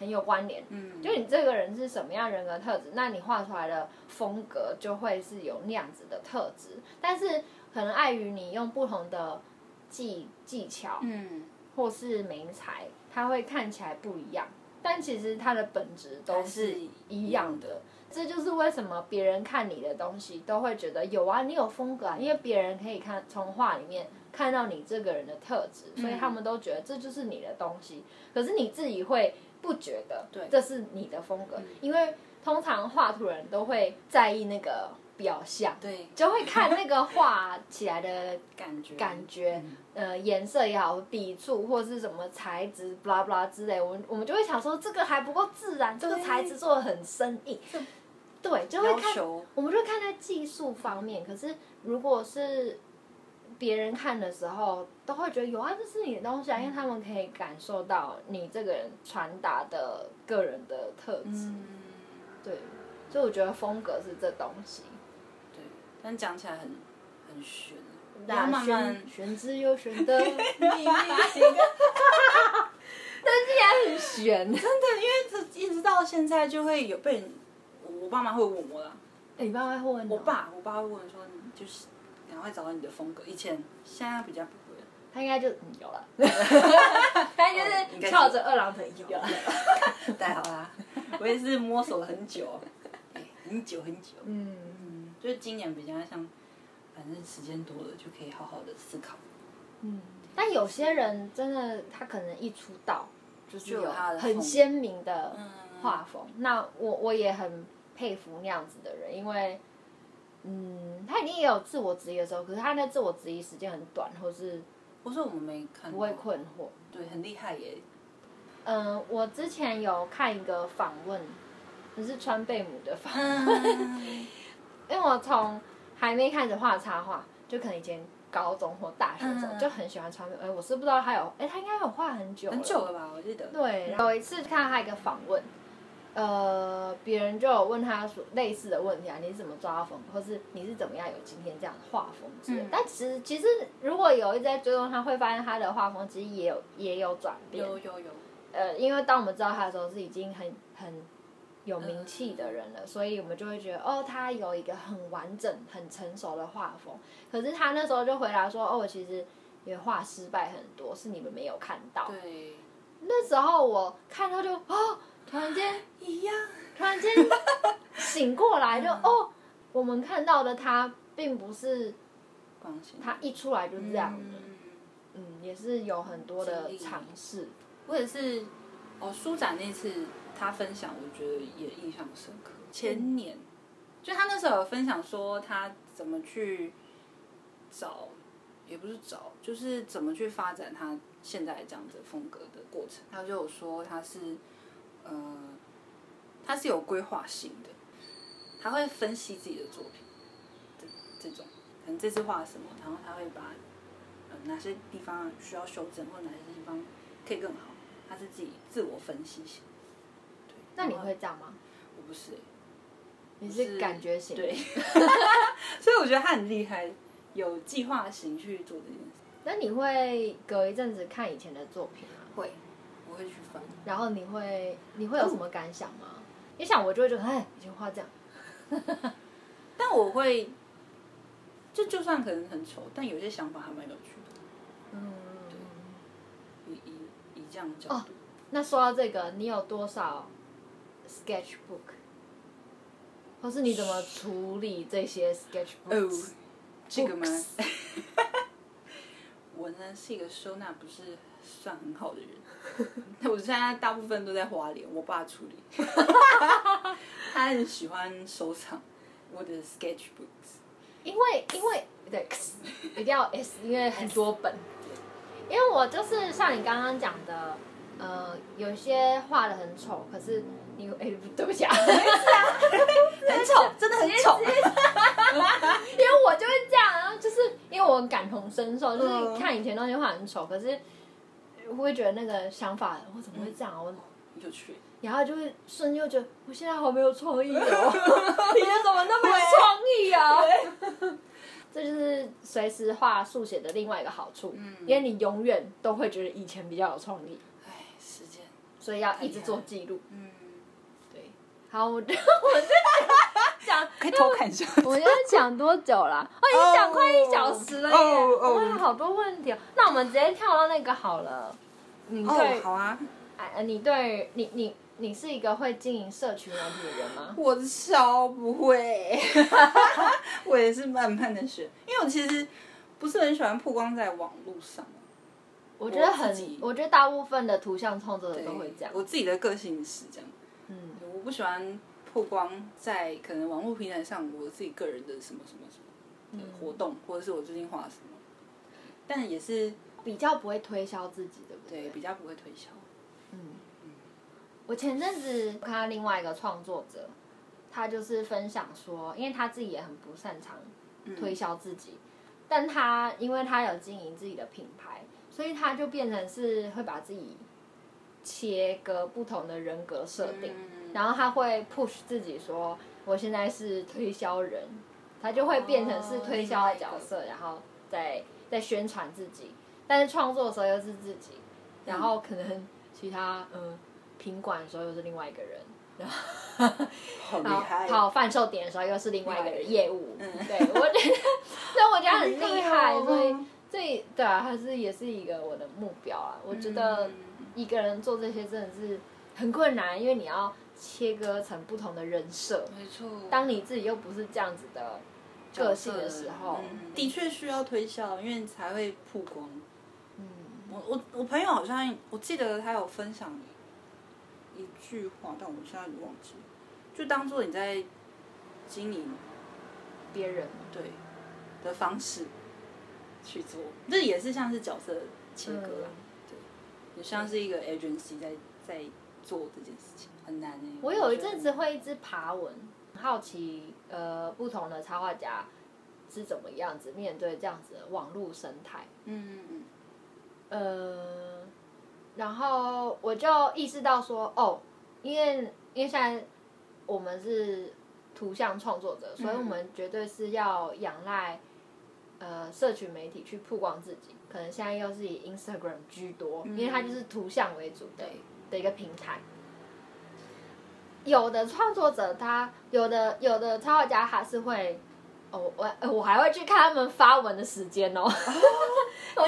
S2: 很有关联。
S3: 嗯，
S2: 就你这个人是什么样人格特质，那你画出来的风格就会是有那样子的特质，但是可能碍于你用不同的技技巧，
S3: 嗯，
S2: 或是美才，它会看起来不一样，但其实它的本质都
S3: 还
S2: 是
S3: 是
S2: 一样的。这就是为什么别人看你的东西都会觉得有啊，你有风格啊，因为别人可以看从画里面看到你这个人的特质，
S3: 嗯
S2: 所以他们都觉得这就是你的东西。可是你自己会不觉得
S3: 对嗯
S2: 这是你的风格，因为通常画图人都会在意那个表象，
S3: 对，
S2: 就会看那个画起来的
S3: 感觉嗯
S2: 感觉，呃，颜色也好，笔触或是什么材质，blah blah 之类，我们我们就会想说，这个还不够自然，这个
S3: 对
S2: 材质做的很生硬，对，就会
S3: 要
S2: 看，
S3: 求
S2: 我们就会看在技术方面。可是如果是别人看的时候，都会觉得有啊，这是你的东西啊，因为他们可以感受到你这个人传达的个人的特质，
S3: 嗯，
S2: 对，所以我觉得风格是这东西。
S3: 对，但讲起来很很悬，要
S2: 那
S3: 慢慢
S2: 玄玄之又玄 的，
S3: 你你
S2: 很玄。
S3: 一直到现在就会有被人，我爸妈会问我啦，
S2: 欸、你爸妈会问你哦
S3: 我，爸我爸会问说你就是赶快找到你的风格，以前现在比较不会了，
S2: 他应该就、嗯、有了， 他应该
S3: 哦应
S2: 是
S3: 该是
S2: 翘着二郎腿有了。
S3: 太好啦， 我也是摸索了很久，哎很久很久，
S2: 嗯
S3: 嗯，就是今年比较像，反正时间多了就可以好好的思考，
S2: 嗯，但有些人真的，他可能一出道就是
S3: 就有
S2: 有
S3: 他的
S2: 很
S3: 风
S2: 鲜明的
S3: 嗯，
S2: 画风。那我我也很佩服那样子的人，因为嗯，他一定也有自我质疑的时候，可是他那自我质疑时间很短，或是
S3: 不是我们没看
S2: 不
S3: 过
S2: 会，困惑。
S3: 对，很厉害耶，
S2: 嗯，我之前有看一个访问，是川贝母的访问。
S3: 嗯，
S2: 因为我从还没开始画插画，就可能以前高中或大学的时候、
S3: 嗯
S2: 就很喜欢川贝。哎、我是不知道他有，哎、他应该有画很久，
S3: 很久。了吧，我记得，
S2: 对，有一次看他一个访问，呃，别人就有问他说类似的问题啊，你是怎么抓到风格，或是你是怎么样有今天这样的画风之类的。
S3: 嗯
S2: 但其实其实如果有一直在追踪他，会发现他的画风其实也有也有转变。
S3: 有有有，
S2: 呃，因为当我们知道他的时候，是已经很很有名气的人
S3: 嗯
S2: 了，所以我们就会觉得，哦，他有一个很完整、很成熟的画风。可是他那时候就回答说，哦，我其实也画失败很多，是你们没有看到。
S3: 对，
S2: 那时候我看到就，哦，突然间，
S3: 一样，
S2: 突然间醒过来就，哦，我们看到的他并不是
S3: 光线，
S2: 他一出来就这样的，
S3: 嗯
S2: 嗯也是有很多
S3: 经
S2: 的
S3: 历
S2: 尝
S3: 嗯
S2: 试。
S3: 我也是，哦，书展那次他分享，我觉得也印象深刻。前年，就他那时候有分享说他怎么去找，也不是找，就是怎么去发展他现在这样子风格的过程。他就有说他是，呃，他是有规划性的，他会分析自己的作品，这这种，可能这次画什么，然后他会把、呃、哪些地方需要修正，或哪些地方可以更好，他是自己自我分析型。对，
S2: 那你
S3: 然后
S2: 会这样吗？
S3: 我不是
S2: 你
S3: 欸、我
S2: 是感觉型的
S3: 对，所以我觉得他很厉害，有计划型去做这件事。
S2: 那你会隔一阵子看以前的作品吗？
S3: 会，我会去翻。
S2: 然后你会你会有什么感想吗？你想我就会觉得，哎，以前画这样，
S3: 但我会，就就算可能很丑，但有些想法还蛮有趣的。
S2: 嗯。
S3: 以以以这样的角度，
S2: 那说到这个，你有多少 sketchbook，或是你怎么处理这些 sketchbooks？、
S3: 哦这个吗？ 我呢是一个收纳不是算很好的人， 我现在大部分都在花莲，我爸处理， 他很喜欢收藏我的 sketchbooks。
S2: 因为因为对，一定要 S，因为很多本。因为我就是像你刚刚讲的，呃，有些画的很丑，可是你哎、对不起啊，
S3: 很丑，真的很 丑。
S2: 因为我就会这样，然后就是因为我很感同身受，就是
S3: 嗯
S2: 看以前东西画很丑，可是我会觉得那个想法，我怎么会这样啊？我
S3: 有趣，
S2: 然后就会瞬间就觉得我现在好没有创意哦， 以前怎么那么有创意啊？这就是随时画速写的另外一个好处，
S3: 嗯
S2: 因为你永远都会觉得以前比较有创意，
S3: 哎，时间，
S2: 所以要一直做记录。
S3: 嗯，
S2: 对，好，我 我在 讲，
S3: 可以偷看一 下。
S2: 我现在讲多久啦？哦，已经讲快一小时了耶！
S3: 哦哦
S2: 哇，好多问题哦。那我们直接跳到那个好了。你对，
S3: 好啊，
S2: 哎、你对你你你是一个会经营社群软体的人吗？
S3: 我 超不会，我也是慢慢的学，因为我其实不是很喜欢曝光在网络上。啊
S2: 我觉得很
S3: 我自己，
S2: 我觉得大部分的图像创作者
S3: 对
S2: 都会这样。
S3: 我自己的个性是这样，
S2: 嗯，
S3: 我不喜欢曝光在可能网络平台上我自己个人的什么什么什么
S2: 嗯
S3: 的活动，或者是我最近画什么，但也是
S2: 比较不会推销自己，对不对？
S3: 对比较不会推销。
S2: 嗯，我前阵子看到另外一个创作者，他就是分享说，因为他自己也很不擅长推销自己，但他因为他有经营自己的品牌，所以他就变成是会把自己切割不同的人格设定，
S3: 嗯
S2: 然后他会 push 自己说，我现在是推销人，他就会变成是推销的角色，然后再再宣传自己，但是创作的时候又是自己。然后可能其他嗯品管的时候又是另外一个人， 然后
S3: 好厉
S2: 然后
S3: 害，
S2: 跑贩售点的时候又是另外一个人 业务，
S3: 嗯
S2: 对我觉得，所以 我觉得很厉害，
S3: 好厉害哦
S2: 所以所以嗯对啊，它是也是一个我的目标啊。我觉得
S3: 嗯
S2: 一个人做这些真的是很困难，因为你要切割成不同的人设，
S3: 没错。
S2: 当你自己又不是这样子的个性的时候，
S3: 嗯的确需要推销，因为你才会曝光。
S2: 嗯
S3: 我我我朋友好像我记得他有分享一句话，但我现在忘记了，就当做你在经营
S2: 别人
S3: 对的方式去做，这也是像是角色切割啦，
S2: 嗯
S3: 对，也像是一个 agency 在在做这件事情，很难欸
S2: 我有一
S3: 觉得
S2: 阵子会一直爬文，很好奇呃不同的插画家是怎么样子面对这样子的网络生态，
S3: 嗯嗯嗯
S2: 呃，然后我就意识到说哦，因为因为现在我们是图像创作者，所以我们绝对是要仰赖。呃，社群媒体去曝光自己，可能现在又是以 Instagram 居多，因为它就是图像为主的
S3: 对
S2: 的一个平台。有的创作者他有的有的插画家他是会，哦我呃我还会去看他们发文的时间哦，我就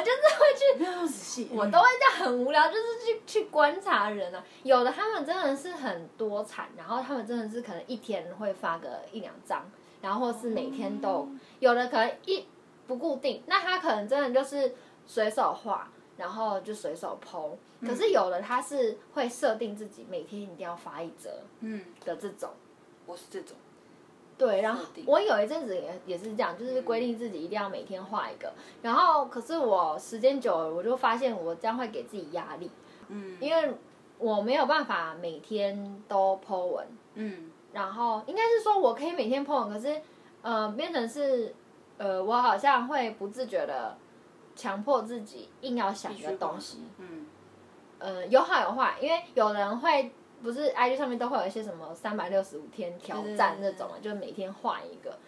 S2: 是会去，
S3: 不要那么仔细，嗯
S2: 我都会这样很无聊，就是去去观察人啊。有的他们真的是很多产，然后他们真的是可能一天会发个一两张，然后或是每天都
S3: 嗯
S2: 有，有的可能一不固定，那他可能真的就是随手画。然后就随手剖，
S3: 嗯
S2: 可是有的他是会设定自己每天一定要发一则，
S3: 嗯，
S2: 的这种。
S3: 我是这种，
S2: 对，然后
S3: 设定
S2: 我有一阵子也也是这样，就是规定自己一定要每天画一个。然后，可是我时间久了，我就发现我这样会给自己压力，
S3: 嗯
S2: 因为我没有办法每天都 Po 文。
S3: 嗯
S2: 然后应该是说我可以每天 Po 文，可是呃，变成是呃，我好像会不自觉的强迫自己硬要想一个东西。
S3: 嗯
S2: 呃，有好有坏，因为有人会不是 IG 上面都会有一些什么三百六十五天挑战那
S3: 对对对
S2: 种嘛，就是每天换一个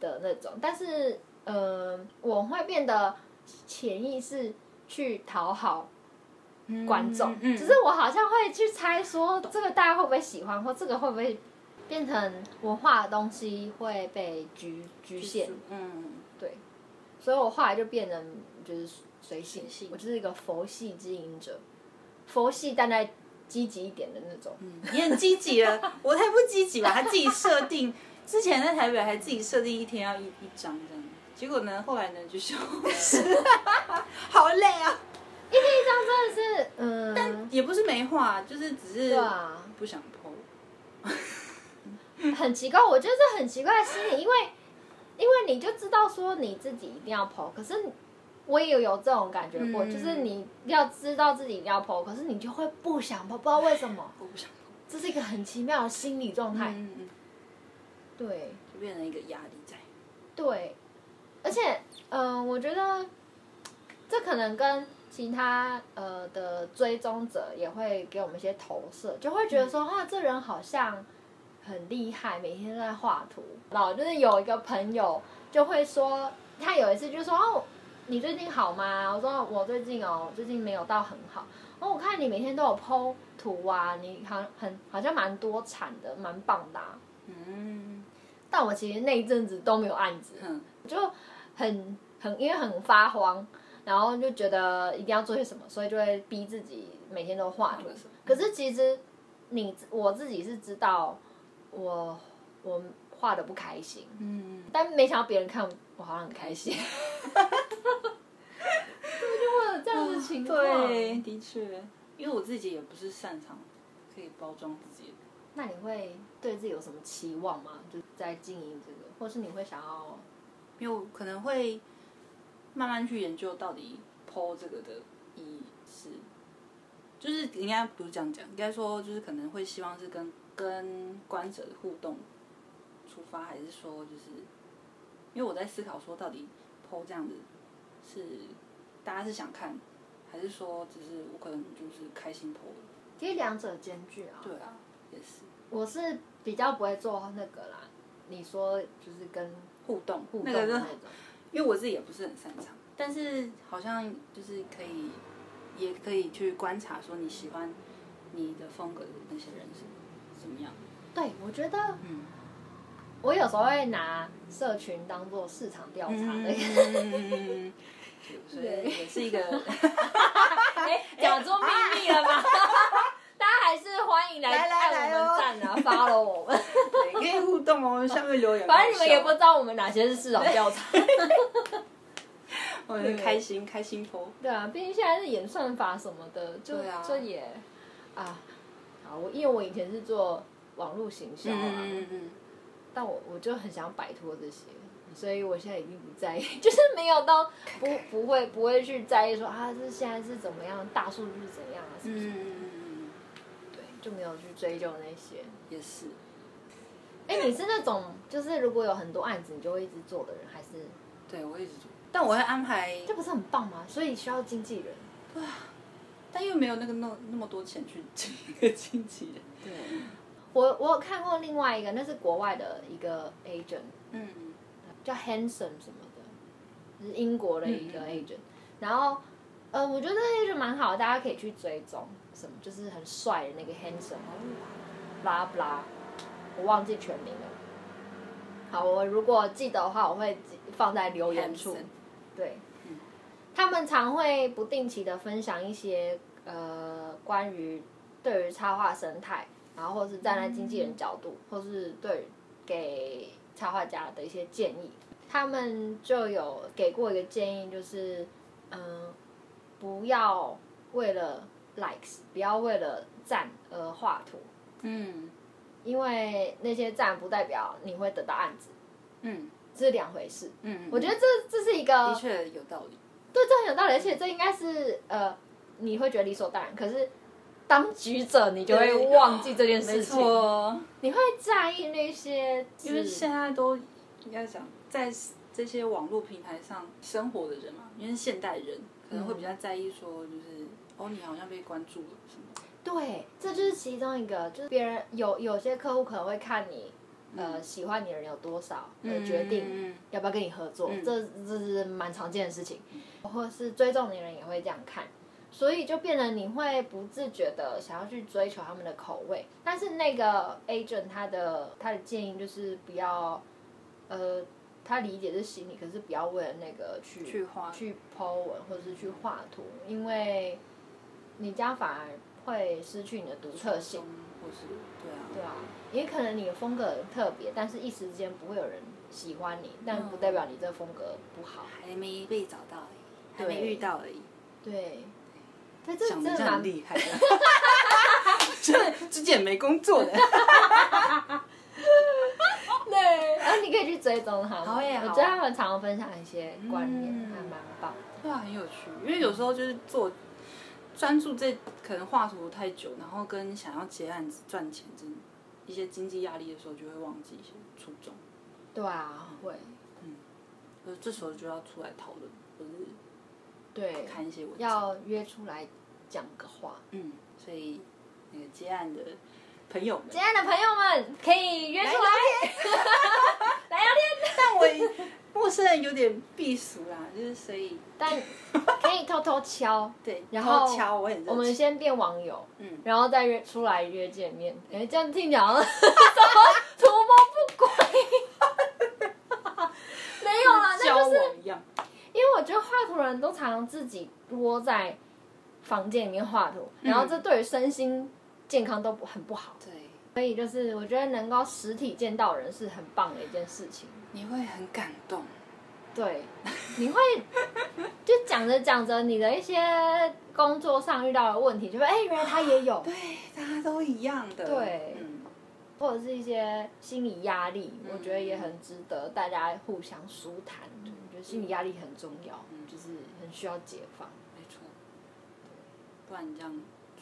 S2: 的那种。但是，呃，我会变得潜意识去讨好
S3: 嗯
S2: 观众，
S3: 嗯
S2: 只是我好像会去猜说这个大家会不会喜欢，或这个会不会变成我画的东西会被局局限。
S3: 嗯，
S2: 对，所以我后来就变成就是随性
S3: 随，性
S2: 我就是一个佛系经营者，佛系但再积极一点的那种。
S3: 嗯你很积极了，我才不积极吧？还自己设定，之前在台北还自己设定一天要一一张这样，结果呢，后来呢就消失， 好累啊！
S2: 但是，嗯，
S3: 也不是没画，就是只
S2: 对
S3: 是
S2: 啊，
S3: 不想 PO。
S2: 很奇怪，我觉得这很奇怪的心理，因为因为你就知道说你自己一定要剖，可是我也有这种感觉过，
S3: 嗯
S2: 就是你要知道自己一定要剖，可是你就会不想剖，不知道为什么，
S3: 我不想 PO，
S2: 这是一个很奇妙的心理状态。
S3: 嗯嗯，
S2: 对，
S3: 就变成一个压力在。
S2: 对，而且，嗯、我觉得这可能跟其他呃的追踪者也会给我们一些投射，就会觉得说，啊哇，这人好像很厉害，每天都在画图。然后就是有一个朋友就会说，他有一次就说，哦，你最近好吗？我说我最近哦，最近没有到很好。哦，我看你每天都有 PO 图啊，你好像很好像蛮多产的，蛮棒的、啊。
S3: 嗯
S2: 但我其实那一阵子都没有案子，
S3: 嗯，
S2: 就很很因为很发慌，然后就觉得一定要做些什么，所以就会逼自己每天都画图
S3: 画个什么。
S2: 可是其实你我自己是知道我我画的不开心，
S3: 嗯，
S2: 但没想到别人看我我好像很开心。就会有这样的情 况。
S3: 对，的确，因为我自己也不是擅长可以包装自己的。
S2: 那你会对自己有什么期望吗？就在经营这个，或是你会想要
S3: 因为我可能会慢慢去研究到底 PO 这个的意义是，就是应该不是这样讲，应该说就是可能会希望是跟跟观者的互动出发，还是说就是因为我在思考说到底 PO 这样子是大家是想看，还是说只是我可能就是开心 PO
S2: 其实两者兼具啊。
S3: 对啊，也是
S2: 我是比较不会做那个啦。你说就是跟
S3: 互动
S2: 互动
S3: 那个
S2: 的
S3: 就
S2: 那种，
S3: 因为我自己也不是很擅长，但是好像就是可以，也可以去观察说你喜欢你的风格的那些人是怎么样。
S2: 对我觉得
S3: 嗯，
S2: 我有时候会拿社群当做市场调查的，
S3: 嗯，所以也是一个，
S2: 哎， 讲出秘密了吧？大家还是欢迎来
S3: 来来
S2: 按
S3: 来
S2: 我
S3: 哦
S2: 们站啊，follow 我们。
S3: 对可以互动哦，下面留言。
S2: 反正你们也不知道我们哪些是市场调查。
S3: 我很开心，开心婆。
S2: 对啊，毕竟现在是演算法什么的，就
S3: 对啊
S2: 这也啊，好，我因为我以前是做网络行销啊，
S3: 嗯嗯
S2: 但我我就很想摆脱这些，所以我现在已经不在意， 就是没有到不不会不会去在意说啊，这现在是怎么样，大数据是怎样啊，是不是？
S3: 嗯，
S2: 对，就没有去追究那些。
S3: 也是。
S2: 哎，你是那种就是如果有很多案子你就会一直做的人，还是
S3: 对我一直做，但我会安排，
S2: 这不是很棒吗？所以需要经纪人。
S3: 但又没有那个那那么多钱去请一个经纪人。
S2: 对，我我有看过另外一个，那是国外的一个 agent，
S3: 嗯，
S2: 叫 Hanson 什么的，就是英国的一个
S3: 嗯嗯
S2: agent。然后，呃，我觉得那个 agent 蛮好，大家可以去追踪，什么就是很帅的那个 Hanson，拉布拉，我忘记全名了。好，我如果记得的话，我会记放在留言处
S3: Hanson。
S2: 对，
S3: 嗯
S2: 他们常会不定期的分享一些呃关于对于插画生态，然后或是站在经纪人角度，或是对给插画家的一些建议。他们就有给过一个建议，就是嗯、不要为了 likes，不要为了赞而画图，
S3: 嗯
S2: 因为那些赞不代表你会得到案子，
S3: 嗯
S2: 这是两回事。
S3: 嗯，
S2: 我觉得这这是一
S3: 的
S2: 个
S3: 确有道理。
S2: 对，这很有道理，而且这应该是呃，你会觉得理所当然，可是当局者你就会
S3: 对
S2: 忘记这件事
S3: 没
S2: 情，
S3: 错，
S2: 你会在意那些字，
S3: 因为现在都应该讲在这些网络平台上生活的人嘛，因为是现代人可能会比
S2: 嗯
S3: 较在意说，就是、哦，你好像被关注了什么。
S2: 对，这就是其中一个，就是别人有有些客户可能会看你。呃，
S3: 嗯
S2: 喜欢你的人有多少，而决定
S3: 嗯
S2: 要不要跟你合作，
S3: 嗯
S2: 这这是蛮常见的事情，或是追踪你的人也会这样看，所以就变得你会不自觉的想要去追求他们的口味。但是那个 agent 他的他的建议就是不要，呃，他理解是心理，可是不要为了那个去
S3: 去花
S2: 去 po 文或者是去画图，因为你这样反而会失去你的独特性
S3: 中。或是对啊，
S2: 对啊，也可能你的风格很特别，但是一时间不会有人喜欢你，但不代表你这个风格不好。
S3: 还没被找到而已，还没
S2: 对
S3: 遇到而已。
S2: 对，对，这真
S3: 讲
S2: 的
S3: 的 就
S2: 蛮
S3: 很厉害了，这之前没工作的。
S2: 对，然后你可以去追踪他们，
S3: 好耶
S2: 我
S3: 好
S2: 觉得他们常常分享一些观念，
S3: 嗯
S2: 还蛮棒。
S3: 对啊，很有趣，因为有时候就是做专注这可能画图太久，然后跟想要结案子赚钱这一些经济压力的时候，就会忘记一些初衷，
S2: 对啊，会，
S3: 就这时候就要出来讨论，或是
S2: 对，
S3: 看一些文字。
S2: 要约出来讲个话。
S3: 嗯，所以那个接案的朋友们，
S2: 亲爱的朋友们，可以约出来，来聊天，
S3: 但我也陌生人有点避俗啦，就是所以
S2: 但可以偷偷敲。
S3: 对，
S2: 然后
S3: 偷敲我也很热
S2: 我们
S3: 情
S2: 先变网友，
S3: 嗯
S2: 然后再约出来约见面。哎、这样听起来好像 什么图谋不轨，没有啦，那
S3: 交
S2: 就是
S3: 往一样，
S2: 因为我觉得画图人都常常自己窝在房间里面画图，然后这对于身心健康都不很不好。
S3: 对，
S2: 所以就是我觉得能够实体见到人是很棒的一件事情。
S3: 你会很感动，
S2: 对，你会就讲着讲着，你的一些工作上遇到的问题，就会哎、原来他也有，
S3: 对，大家都一样的。
S2: 对
S3: 嗯，
S2: 或者是一些心理压力，我觉得也很值得大家互相舒坦。我觉得心理压力很重要，就是很需要解放。
S3: 没错。不然你这样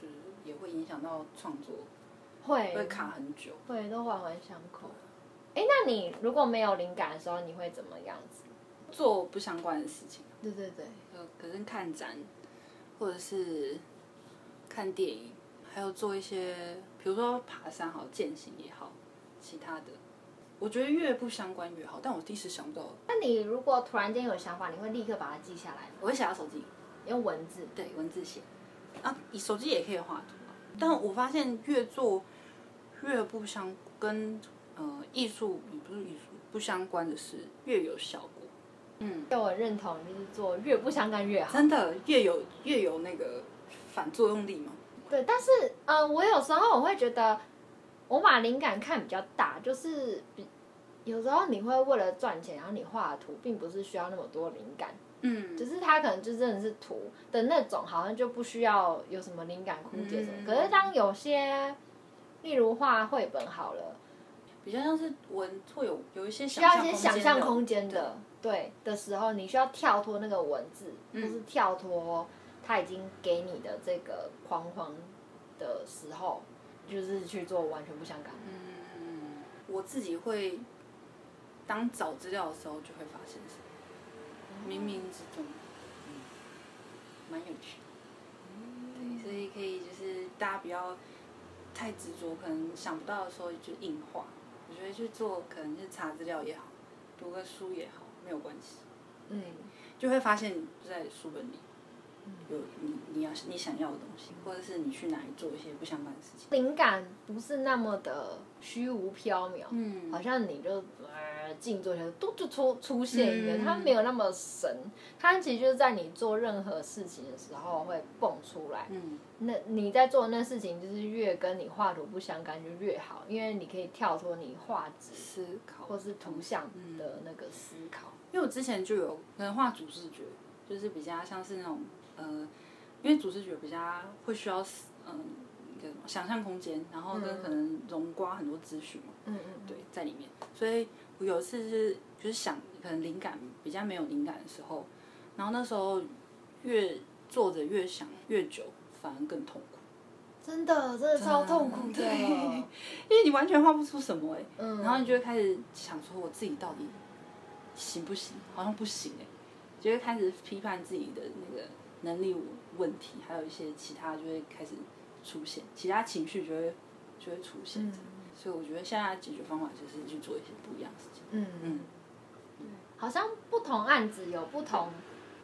S3: 就是也会影响到创作，
S2: 会
S3: 会卡很久。
S2: 对，都环环相扣。哎，那你如果没有灵感的时候，你会怎么样子？
S3: 做不相关的事情，
S2: 对对对，
S3: 呃，可能看展，或者是看电影，还有做一些，比如说爬山好、健行也好，其他的，我觉得越不相关越好。但我第一时想不到，
S2: 那你如果突然间有想法，你会立刻把它记下来吗？
S3: 我会写到手机，
S2: 用文字？
S3: 对，文字写，啊，你手机也可以画图啊。但我发现越做越不相跟呃艺术，也不是艺术不相关的事，越有效果。嗯，
S2: 就我认同，就是做越不相干越好。
S3: 真的越有越有那个反作用力嘛。
S2: 对，但是呃，我有时候我会觉得，我把灵感看比较大，就是比有时候你会为了赚钱，然后你画的图并不是需要那么多灵感，
S3: 嗯，
S2: 只是它可能就真的是图的那种，好像就不需要有什么灵感枯竭什么。
S3: 嗯
S2: 可是当有些，例如画绘本好了，
S3: 比较像是文会有有一些
S2: 需
S3: 想
S2: 要一
S3: 象
S2: 些想象空间
S3: 间
S2: 的，对的时候，你需要跳脱那个文字，
S3: 嗯
S2: 或是跳脱他已经给你的这个框框的时候，就是去做完全不相干。
S3: 的。嗯，我自己会当找资料的时候就会发现是冥冥之中，嗯，蛮有趣的。对，所以可以就是大家不要太执着，可能想不到的时候就硬画。我觉得去做，可能是查资料也好，读个书也好，没有关系，
S2: 嗯，
S3: 就会发现在书本里有你你要你想要的东西，或者是你去哪里做一些不相关的事情。
S2: 灵感不是那么的虚无缥缈，
S3: 嗯
S2: 好像你就呃静坐下来，都就出出现一个，
S3: 嗯
S2: 它没有那么神，它其实就是在你做任何事情的时候会蹦出来。
S3: 嗯，
S2: 那你在做那事情，就是越跟你画图不相干就越好，因为你可以跳脱你画纸
S3: 思考
S2: 或是图像的那个思考。
S3: 因为我之前就有可能画主视觉，就是比较像是那种呃，因为主视觉比较会需要思嗯、一个什么想象空间，然后跟
S2: 嗯
S3: 可能融刮很多资讯嘛，
S2: 嗯嗯，
S3: 对，在里面。所以我有一次是就是想可能灵感比较没有灵感的时候，然后那时候越坐着越想越久，反而更痛苦，
S2: 真的真的超痛苦的。
S3: 对因为你完全画不出什么哎、
S2: 嗯，
S3: 然后你就会开始想说我自己到底行不行？好像不行哎、就会开始批判自己的那个能力问题，还有一些其他就会开始出现，其他情绪就会就会出现、
S2: 嗯
S3: 所以我觉得现在的解决方法就是去做一些不一样的事情。
S2: 嗯嗯，好像不同案子有不同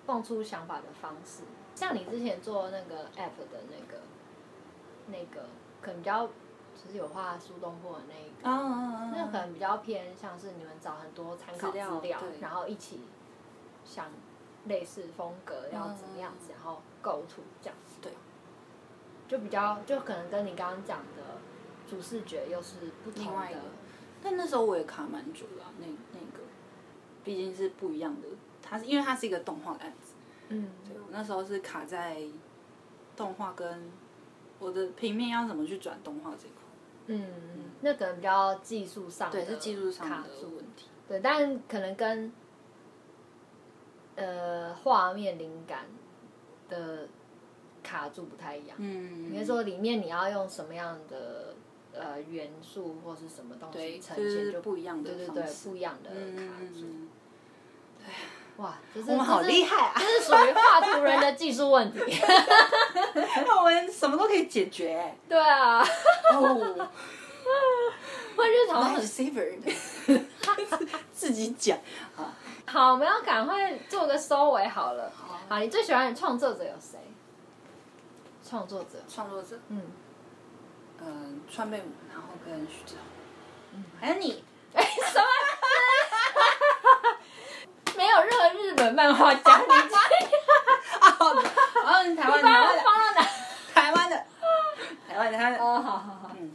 S2: 蹦出想法的方式。像你之前做那个 app 的那个那个，可能比较就是有画苏东坡的那一个。
S3: 啊啊
S2: 那可能比较偏向是你们找很多参考资
S3: 资料
S2: 料
S3: 对，
S2: 然后一起想类似风格要怎么样子，然后构图这样。
S3: 对，
S2: 就比较就可能跟你刚刚讲的主视觉又是不同
S3: 另外一
S2: 的
S3: 个。但那时候我也卡蛮久的啊、那那个毕竟是不一样的，它是因为它是一个动画的案子。
S2: 嗯，
S3: 对，我那时候是卡在动画跟我的平面要怎么去转动画这一块，
S2: 嗯，那可能比较技术上
S3: 对，
S2: 的
S3: 是技术上
S2: 卡
S3: 的
S2: 住
S3: 问，题。
S2: 对，但可能跟呃画面灵感的卡住不太一样。
S3: 嗯
S2: 比如说里面你要用什么样的呃元素或是什么东
S3: 对，
S2: 西呈
S3: 就
S2: 现，
S3: 是
S2: 就
S3: 不一样的
S2: 对对
S3: 方
S2: 对
S3: 式。
S2: 不一样的卡住。
S3: 嗯，
S2: 哇，就是
S3: 我们好 厉， 害啊！
S2: 这是这是属于画图人的技术问题。
S3: 那我们什么都可以解决。
S2: 对 啊，
S3: 哦
S2: 会日常
S3: ，life
S2: 很
S3: saver，自 己讲啊。
S2: 好，我们要赶快做个收尾好了。
S3: 啊
S2: 好，你最喜欢的创作者有谁？创作者，
S3: 创作者，
S2: 嗯，
S3: 嗯，川贝母，然后跟徐志豪，还有你，
S2: 没有任何日本漫画家，你
S3: 然后 台湾，
S2: 把它
S3: 台湾的，
S2: 放到哪？
S3: 台湾的，台湾的，台湾的，
S2: 哦，好好好，
S3: 嗯，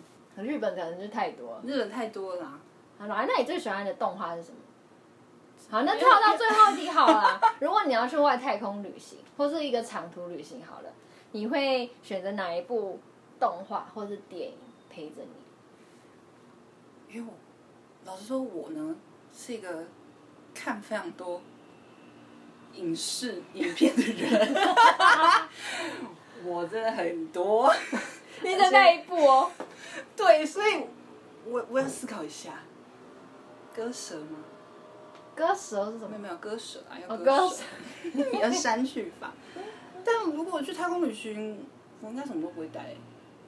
S2: 日本可能就太多了。
S3: 日本太多了啊。
S2: 哎好，那你最喜欢的动画是什么？
S3: 《
S2: 好，那跳到最后一题好了。 如果你要去外太空旅行，或是一个长途旅行，好了，你会选择哪一部动画或是电影陪着你？
S3: 因为我老实说，我呢是一个看非常多影视影片的 人，我真的很多。
S2: 你的那一部哦，
S3: 对，所以我我要思考一下，割舌吗？
S2: 歌手是什么
S3: 没有？没有割舌啊，要
S2: 哦
S3: 割
S2: 割
S3: 舌，要删去法。但如果我去太空旅行，我应该什么都不会带、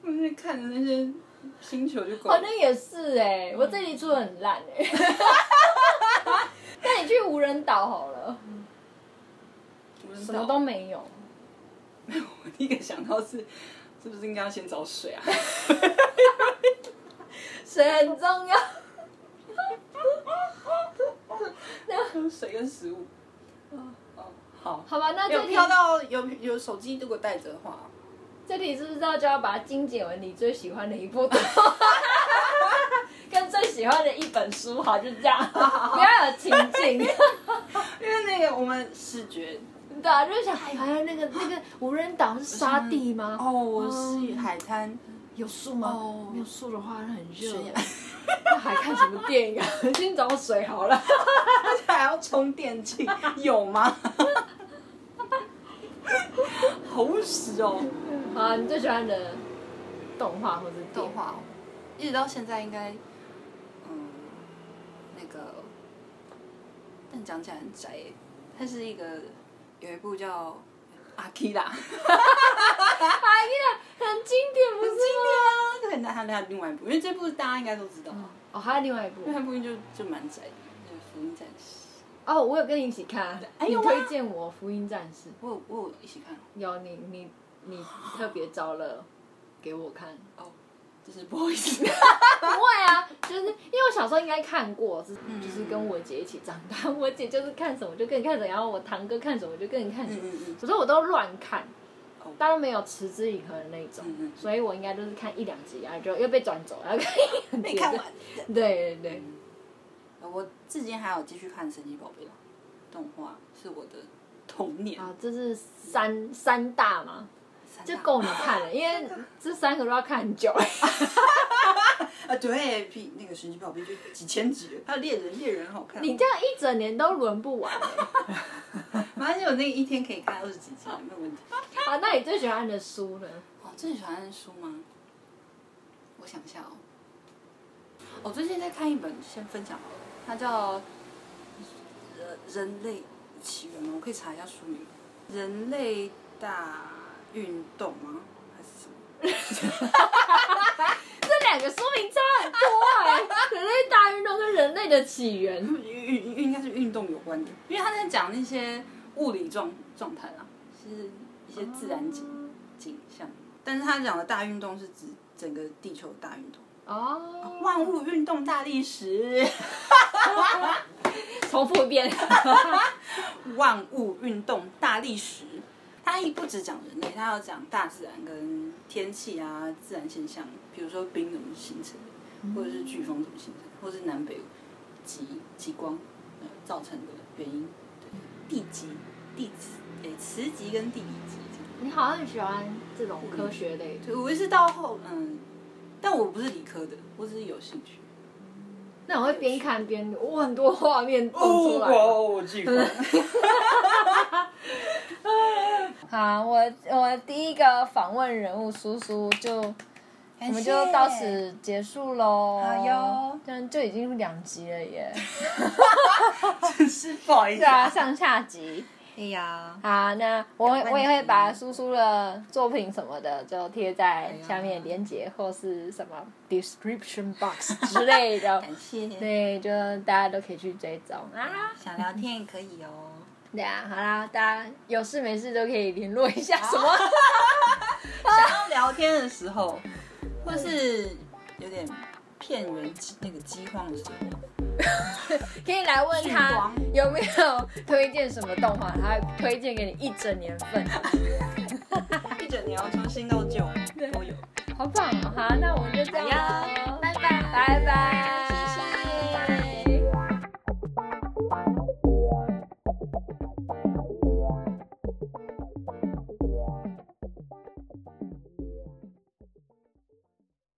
S3: 我就是看着那些星球就够
S2: 好
S3: 了。
S2: 像哦也是哎、我这里出的很烂哎、 那你去无人岛好了，
S3: 我
S2: 什么都
S3: 没
S2: 没有。
S3: 有。我第一个想到是，是不是应该要先找水啊？
S2: 水很重要。
S3: 水跟食物。哦，好。
S2: 好吧，那这
S3: 有
S2: 题
S3: 飘到有有手机，如果带着的话，
S2: 这题知不知道就要把它精简为你最喜欢的一部动画， 跟最喜欢的一本书，好，就这样，不要有情境。
S3: 因为那个我们视觉
S2: 对啊，就是想，哎，好像那个那个无人岛是沙地吗？
S3: 哦，我是海滩
S2: 有树吗？
S3: 哦
S2: 没有树的话，那很热
S3: 水。眼，
S2: 那还看什么电影啊？ 先找水好了。
S3: 而且还要充电器，有吗？ 好务实哦，
S2: 啊，你最喜欢的动画或者电
S3: 动
S2: 影？
S3: 画哦，一直到现在应该，嗯，那个，但讲起来很宅耶，它是一个有一部叫《阿基拉》，
S2: 哎呀，很经典，不是吗？
S3: 这很难，还有还有另外一部，因为这部大家应该都知道，
S2: 哦，还有另外一部
S3: 因为它部就就蛮宅的，就是《福音战士》，
S2: 哦，我有跟你一起看，
S3: 哎
S2: 你
S3: 有吗
S2: 推荐我《福音战士》。
S3: 我有我有一起看，
S2: 有你你你特别招了给我 看，
S3: 哦，就是不好意 思，
S2: 不会啊，就是因为我小时候应该看过，只
S3: 嗯
S2: 就是跟我姐一起长大，我姐就是看什么就跟你看什么，然后我堂哥看什么就跟你看什
S3: 嗯
S2: 么，
S3: 嗯嗯，
S2: 可是我都乱看
S3: 哦，
S2: 当然没有持之以恒的那种
S3: 嗯嗯，
S2: 所以我应该就是看一两集，然后就又被转走，然后看一两集，
S3: 没看完。
S2: 对对对，
S3: 嗯呃我至今还有继续看《神奇宝贝》动画，是我的童年。
S2: 啊，这是三三大嘛，
S3: 三
S2: 就
S3: 大
S2: 够你看了，因为这三个都要看很久。
S3: 啊，对，比那个《神奇宝贝》就几千集了，还有《猎人》，《猎人》好 看。
S2: 你这样一整年都轮不完、
S3: 马上有那个一天可以看二十几集，没有问题。
S2: 啊，那你最喜欢的书呢？
S3: 哦，最喜欢的书吗？我想一下哦。我最近在看一本，先分享好了，它叫《人人类起源》吗？我可以查一下书名吗，《人类大运动》吗？还是什么？
S2: 这两个书名差很多哎、人类大运动跟人类的起源。
S3: 运运应该是运动有关的，因为他在讲那些物理状状态啊，是一些自然
S2: 哦
S3: 景、景象。但是他讲的大运动是指整个地球大运动，
S2: 哦，
S3: 万物运动大历史，
S2: 重复一遍。
S3: 万物运动大历史。它一不只讲人类，它要讲大自然跟天气啊、自然现象，比如说冰怎么形成的，或者是飓风怎么形成的，或是南北极极光、呃、造成的原因，对地极、地磁诶磁极跟地乙极这样。
S2: 你好像很喜欢这种科学类的，
S3: 对，我是到后嗯，但我不是理科的，我只是有兴趣。
S2: 那我会边看边我很多画面蹦出来。
S3: 哦我记 得。
S2: 好，我我第一个访问人物叔叔就我
S3: 我
S2: 们就到。此结束喽。
S3: 好哟
S2: 这样就已经两集了耶。
S3: 真是不好意
S2: 对
S3: 思
S2: 啊， 上下集。
S3: 哎呀，
S2: 好，那我会
S3: 有问题
S2: 我也会把叔叔的作品什么的就贴在下面连接或是什
S3: 哎
S2: 么 description box 之类的，
S3: 感谢。
S2: 对，就大家都可以去追踪啊。
S3: 想聊天也可以 哦。
S2: 对啊，好啦，大家有事没事都可以联络一下什
S3: 啊
S2: 么。
S3: 想要聊天的时候，或是有点片源那个饥荒的时候，
S2: 可以来问
S3: 迅
S2: 他
S3: 光
S2: 有没有推荐什么动画，他会推荐给你一整年 份，
S3: 一整年要从新到旧都有。
S2: 好棒哦！好，那我们就这样
S3: 好呀
S2: 咯